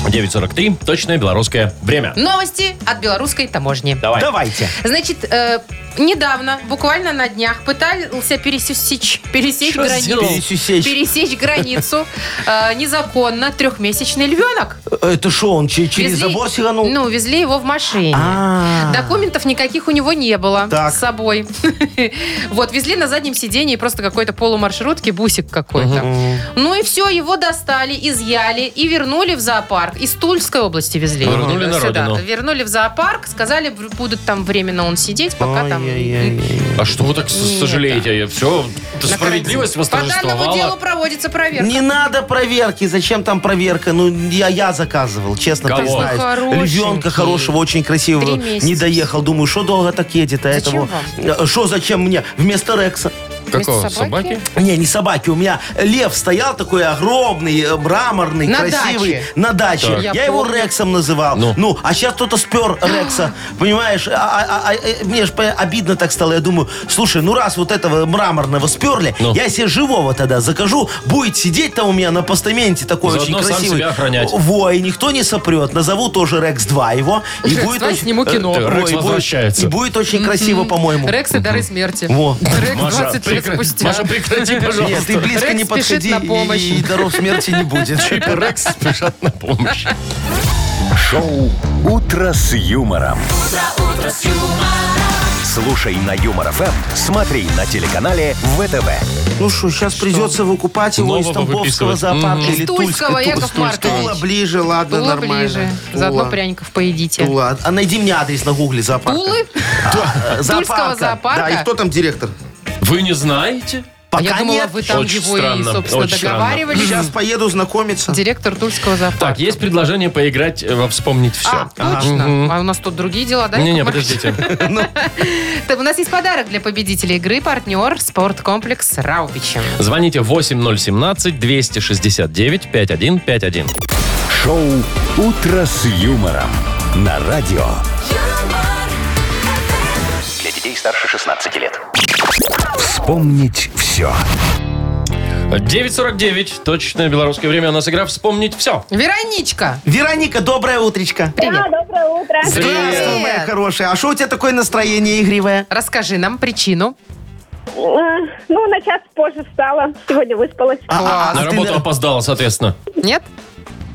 Speaker 2: 9.43, точное белорусское время.
Speaker 3: Новости от белорусской таможни.
Speaker 2: Давай.
Speaker 4: Давайте.
Speaker 3: Значит, э, недавно, буквально на днях, пытался пересечь, пересечь
Speaker 2: Что
Speaker 3: границу.
Speaker 2: сделал?
Speaker 4: Пересечь.
Speaker 3: Пересечь границу э, незаконно трехмесячный львенок.
Speaker 4: Э, Это что, он че- через
Speaker 3: Везли-
Speaker 4: забор сиганул?
Speaker 3: Ну, везли его в машине.
Speaker 4: А.
Speaker 3: Документов никаких у него не было
Speaker 4: Так.
Speaker 3: с собой. Вот, везли на заднем сидении просто какой-то полумаршрутки, бусик какой-то. Ну и все, его достали, изъяли и вернули в зоопарк. Из Тульской области везли. его
Speaker 2: Вернули на
Speaker 3: сюда.
Speaker 2: родину.
Speaker 3: Вернули в зоопарк, сказали, в- будут там временно он сидеть, пока там...
Speaker 4: Ай-яй-яй.
Speaker 2: А что вы так с- сожалеете? Все, справедливость
Speaker 3: По данному делу
Speaker 2: восторжествовала.
Speaker 3: проводится проверка.
Speaker 4: Не надо проверки. Зачем там проверка? Ну, я, я заказывал, честно
Speaker 2: Кого?
Speaker 4: признаюсь.
Speaker 3: Ну, хорошенький.
Speaker 4: Львенка хорошего, очень красивого.
Speaker 3: Три месяца.
Speaker 4: Не доехал. Думаю, что долго так едет, а
Speaker 3: Зачем
Speaker 4: этого... Э, Что зачем мне? Вместо Рекса.
Speaker 2: Какого?
Speaker 3: Вместо собаки?
Speaker 2: Собаки?
Speaker 4: Не, не собаки. У меня лев стоял такой огромный, э, мраморный,
Speaker 3: На
Speaker 4: красивый.
Speaker 3: даче.
Speaker 4: На даче.
Speaker 2: Так.
Speaker 4: Я,
Speaker 3: Я
Speaker 4: его
Speaker 3: помню.
Speaker 4: Рексом называл.
Speaker 2: Ну.
Speaker 4: Ну, а сейчас кто-то спер Рекса. Понимаешь? А- а- а- э, мне же обидно так стало. Я думаю, слушай, ну раз вот этого мраморного сперли,
Speaker 2: Ну.
Speaker 4: я себе живого тогда закажу. Будет сидеть там у меня на постаменте такой
Speaker 2: Заодно
Speaker 4: очень
Speaker 2: сам
Speaker 4: красивый.
Speaker 2: себя охранять.
Speaker 4: Во, и никто не сопрет. Назову тоже Рекс 2 его. И
Speaker 3: Рекс 2, сниму кино.
Speaker 4: Э, во,
Speaker 2: Рекс
Speaker 4: и будет-
Speaker 2: возвращается.
Speaker 4: И будет очень красиво, по-моему.
Speaker 3: Рекс и дары смерти.
Speaker 4: Во.
Speaker 3: Рекс
Speaker 2: Маша,
Speaker 3: 20 лет
Speaker 2: прекра-
Speaker 3: спустя.
Speaker 2: Маша, прекрати,
Speaker 4: Нет,
Speaker 2: пожалуйста.
Speaker 4: ты близко
Speaker 3: Рекс
Speaker 4: не
Speaker 3: спешит
Speaker 4: подходи,
Speaker 3: на
Speaker 4: и-
Speaker 3: помощь.
Speaker 4: и даров смерти не будет.
Speaker 2: Рекс спешат на помощь.
Speaker 1: Шоу «Утро с юмором». Слушай на Юмор ФМ, смотри на телеканале ВТВ.
Speaker 4: Ну что, сейчас придется выкупать его из
Speaker 2: Нового
Speaker 4: Тамбовского
Speaker 2: выписывать.
Speaker 4: зоопарка
Speaker 2: Мгм.
Speaker 4: или
Speaker 3: Из Тульского,
Speaker 4: Тульска-
Speaker 3: Яков
Speaker 4: Ту- Тульского.
Speaker 3: Маркович.
Speaker 4: Тула ближе, ладно,
Speaker 3: Тула
Speaker 4: нормально.
Speaker 3: ближе.
Speaker 4: Тула.
Speaker 3: Заодно пряников поедите.
Speaker 4: Тула. А найди мне адрес на гугле зоопарка.
Speaker 3: Тулы?
Speaker 4: А, э,
Speaker 3: Тульского зоопарка?
Speaker 4: Да, и кто там директор?
Speaker 2: Вы не знаете?
Speaker 3: А
Speaker 4: Пока
Speaker 3: Я думала,
Speaker 4: нет.
Speaker 3: вы там
Speaker 2: Очень
Speaker 3: его и,
Speaker 2: странно,
Speaker 3: собственно,
Speaker 2: очень странно.
Speaker 3: договаривались.
Speaker 4: Сейчас поеду знакомиться.
Speaker 3: Директор Тульского зоопарка.
Speaker 2: Так, есть предложение поиграть э, во «Вспомнить
Speaker 3: А,
Speaker 2: все».
Speaker 3: точно. А у нас тут другие дела, да?
Speaker 2: Не-не,
Speaker 3: Яков Маркович?
Speaker 2: подождите.
Speaker 3: Так, у нас есть подарок для победителей игры. Партнер спорткомплекс Раубичи.
Speaker 2: Звоните 8017-269-5151.
Speaker 1: Шоу «Утро с юмором» на радио.
Speaker 5: Для детей старше 16 лет.
Speaker 1: Вспомнить все.
Speaker 2: 9.49, точное белорусское время. У нас игра «Вспомнить все».
Speaker 3: Вероничка.
Speaker 4: Вероника, доброе утречко.
Speaker 3: Привет.
Speaker 8: Да, доброе утро.
Speaker 4: Здравствуй,
Speaker 3: Привет.
Speaker 4: моя хорошая. А что у тебя такое настроение игривое?
Speaker 3: Расскажи нам причину.
Speaker 8: Э, Ну, на час позже встала. Сегодня выспалась.
Speaker 4: А, а, а,
Speaker 2: На
Speaker 4: ты
Speaker 2: работу
Speaker 4: на-
Speaker 2: опоздала, соответственно.
Speaker 3: Нет?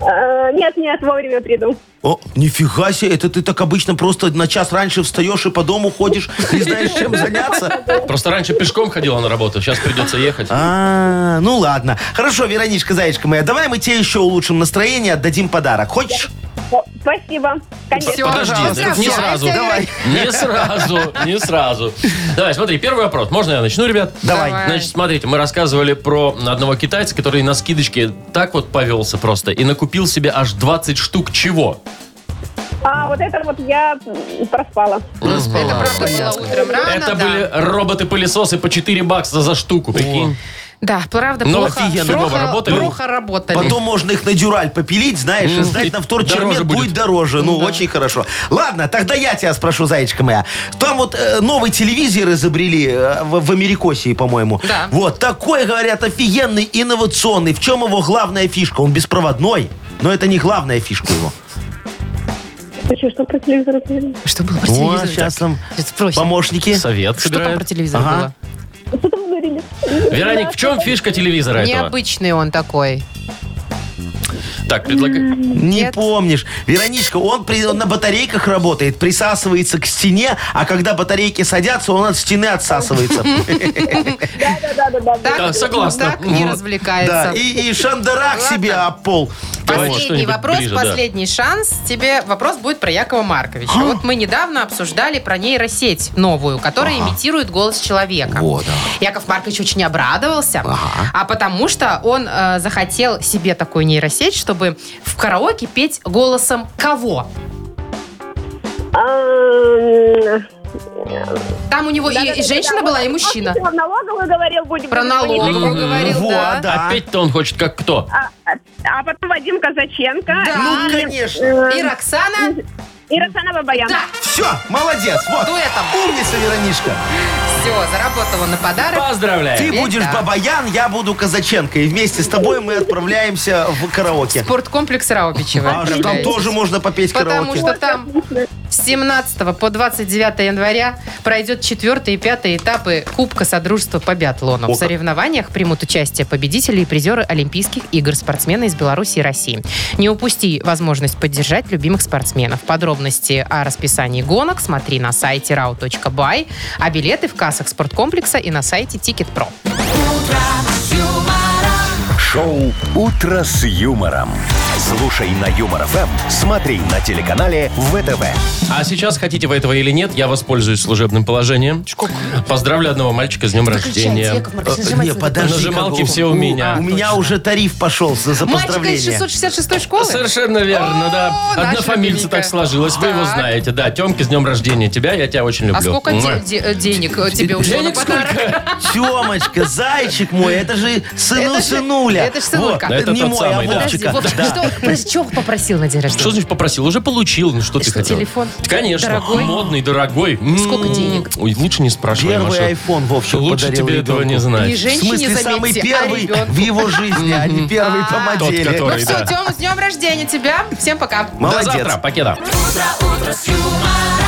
Speaker 3: А?
Speaker 8: Э, Нет, нет, вовремя приду.
Speaker 4: О, нифига себе, это ты так обычно просто на час раньше встаешь и по дому ходишь, не знаешь, чем заняться.
Speaker 2: Просто раньше пешком ходила на работу, сейчас придется ехать.
Speaker 4: А, ну ладно. Хорошо, Вероничка, зайчка моя, давай мы тебе еще улучшим настроение, отдадим подарок. Хочешь?
Speaker 8: О, Спасибо. Конечно.
Speaker 3: Всё,
Speaker 2: Подожди,
Speaker 3: пожалуйста.
Speaker 2: так не
Speaker 3: Всё,
Speaker 2: сразу.
Speaker 3: Вероника.
Speaker 4: Давай.
Speaker 2: Не сразу, не сразу. Давай, смотри, первый вопрос. Можно я начну, ребят?
Speaker 4: Давай.
Speaker 3: Давай.
Speaker 2: Значит, смотрите, мы рассказывали про одного китайца, который на скидочке так вот повелся просто и накупил себе аж 20 штук чего?
Speaker 8: А вот это вот я м, проспала.
Speaker 3: Это правда было утром рано,
Speaker 2: Это
Speaker 3: да.
Speaker 2: были роботы-пылесосы по 4 бакса за штуку, прикинь.
Speaker 3: Да, правда,
Speaker 2: Ну,
Speaker 3: плохо,
Speaker 2: офигенно, Вова,
Speaker 3: плохо,
Speaker 2: работали?
Speaker 3: плохо работали.
Speaker 4: Потом можно их на дюраль попилить, знаешь,
Speaker 2: М,
Speaker 4: и
Speaker 2: Ну, и
Speaker 4: сдать на вторчермет
Speaker 2: дороже
Speaker 4: будет.
Speaker 2: будет.
Speaker 4: дороже. Ну, очень хорошо. Ладно, тогда я тебя спрошу, зайчка моя. Там вот э, новый телевизор изобрели э, в, в Америкосии, по-моему.
Speaker 3: Да.
Speaker 4: Вот, такой, говорят, офигенный, инновационный. В чем его главная фишка? Он беспроводной, но это не главная фишка его.
Speaker 8: Ты что, что про телевизор говоришь?
Speaker 3: Что было про телевизор?
Speaker 4: О, сейчас там
Speaker 3: Сейчас спросим.
Speaker 4: помощники.
Speaker 2: Совет
Speaker 3: Что там
Speaker 2: собирает.
Speaker 3: про телевизор
Speaker 4: Ага.
Speaker 3: было?
Speaker 8: Что там говорили?
Speaker 2: Вероник, в чем фишка телевизора этого?
Speaker 3: Необычный он такой.
Speaker 2: Так, предлагаю.
Speaker 4: Не
Speaker 3: Нет.
Speaker 4: помнишь. Вероничка, он, при- он на батарейках работает, присасывается к стене, а когда батарейки садятся, он от стены отсасывается.
Speaker 8: Да-да-да-да-да.
Speaker 3: Так, Ну,
Speaker 2: Да, согласна.
Speaker 3: Так не
Speaker 2: Вот.
Speaker 4: Да,
Speaker 3: развлекается.
Speaker 4: и, и шандарах
Speaker 3: Ладно.
Speaker 4: себе об пол.
Speaker 2: Давайте
Speaker 3: Последний
Speaker 2: что-нибудь
Speaker 3: вопрос,
Speaker 2: ближе, да.
Speaker 3: последний шанс. Тебе вопрос будет про Якова Марковича. Вот мы недавно обсуждали про нейросеть новую, которая имитирует голос человека.
Speaker 4: Вот, да.
Speaker 3: Яков Маркович очень обрадовался, а потому что он э, захотел себе такую нейросеть, чтобы в караоке петь голосом кого?
Speaker 8: А, м,
Speaker 3: Там у него и, и женщина была, и мужчина.
Speaker 11: Он про налоговую говорил, будем...
Speaker 3: Про налоговую
Speaker 2: Мгм.
Speaker 3: говорил,
Speaker 4: Во,
Speaker 3: да.
Speaker 4: Ну да.
Speaker 2: Опять-то он хочет как кто?
Speaker 11: А, а потом Вадим Казаченко.
Speaker 3: Да.
Speaker 4: Ну, конечно.
Speaker 11: э,
Speaker 3: И Роксана
Speaker 11: И Роксана Бабаян.
Speaker 3: Да.
Speaker 4: Все, молодец. Вот.
Speaker 3: Дуэтом.
Speaker 4: Умница, Веронишка.
Speaker 3: все ну заработала на подарок.
Speaker 2: Поздравляю.
Speaker 4: Ты
Speaker 3: Теперь
Speaker 4: будешь
Speaker 3: да.
Speaker 4: Бабаян, я буду Казаченко. И вместе с тобой мы отправляемся в караоке.
Speaker 3: Спорткомплекс Раубичева.
Speaker 4: А что, там тоже можно попеть
Speaker 3: Потому
Speaker 4: караоке.
Speaker 3: что там с 17 по 29 января пройдет четвертый и пятый этапы Кубка Содружества по биатлону.
Speaker 4: О,
Speaker 3: В
Speaker 4: как.
Speaker 3: соревнованиях примут участие победители и призеры Олимпийских игр спортсмены из Беларуси и России. Не упусти возможность поддержать любимых спортсменов. Подробности о расписании гонок смотри на сайте rau.by, а билеты в кассах спорткомплекса и на сайте Ticket.pro.
Speaker 1: Шоу «Утро с юмором». Слушай на Юмор ФМ, смотри на телеканале ВТВ.
Speaker 2: А сейчас, хотите вы этого или нет, я воспользуюсь служебным положением. Поздравлю одного мальчика с днем рождения.
Speaker 4: Э, Не, подожди.
Speaker 2: Нажималки
Speaker 4: как-
Speaker 2: все у меня.
Speaker 4: У меня уже тариф пошел за,
Speaker 3: Мальчик
Speaker 4: за
Speaker 3: из
Speaker 4: поздравление.
Speaker 3: 666 школы?
Speaker 2: Совершенно верно, да.
Speaker 3: О, наша
Speaker 2: Однофамильца
Speaker 3: любименькая.
Speaker 2: так сложилось, вы его
Speaker 3: Так.
Speaker 2: знаете. Да, Темки, с днем рождения тебя, я тебя очень люблю.
Speaker 3: А сколько де-
Speaker 2: Муа.
Speaker 3: де- э, денег э, тебе ушло на
Speaker 2: Денег
Speaker 3: подарок?
Speaker 2: сколько?
Speaker 4: Семочка, зайчик мой, это же сыну
Speaker 3: Это же-
Speaker 4: сынуля.
Speaker 3: это же сынулька.
Speaker 4: Вот,
Speaker 2: Это
Speaker 4: не
Speaker 2: тот
Speaker 4: мой,
Speaker 2: самый,
Speaker 4: а
Speaker 2: да.
Speaker 3: Подожди,
Speaker 4: Вовчика.
Speaker 3: Вов,
Speaker 4: Да.
Speaker 3: что, про- чего попросил на день рождения?
Speaker 2: Что значит попросил? Уже получил. Ну что ты
Speaker 3: Что,
Speaker 2: хотел?
Speaker 3: телефон?
Speaker 2: Конечно.
Speaker 3: Дорогой?
Speaker 2: Модный, дорогой. М.
Speaker 3: Сколько денег?
Speaker 2: Ой, лучше не спрашивай,
Speaker 4: Первый
Speaker 2: Маша.
Speaker 4: айфон Вовчик
Speaker 2: Лучше
Speaker 4: подарил
Speaker 2: тебе этого
Speaker 4: ребенку.
Speaker 2: не
Speaker 3: Не
Speaker 2: знать.
Speaker 4: В
Speaker 3: женщине,
Speaker 4: смысле, самый
Speaker 3: заметьте, а
Speaker 4: первый
Speaker 3: ребенку.
Speaker 4: в его жизни, а не первый по
Speaker 3: А.
Speaker 2: Тот,
Speaker 4: модели.
Speaker 2: который-
Speaker 3: Ну все,
Speaker 2: да.
Speaker 3: Тема, с днем рождения тебя. Всем пока.
Speaker 2: До
Speaker 4: Молодец.
Speaker 2: завтра. Покеда.
Speaker 12: утро, утро с юмором.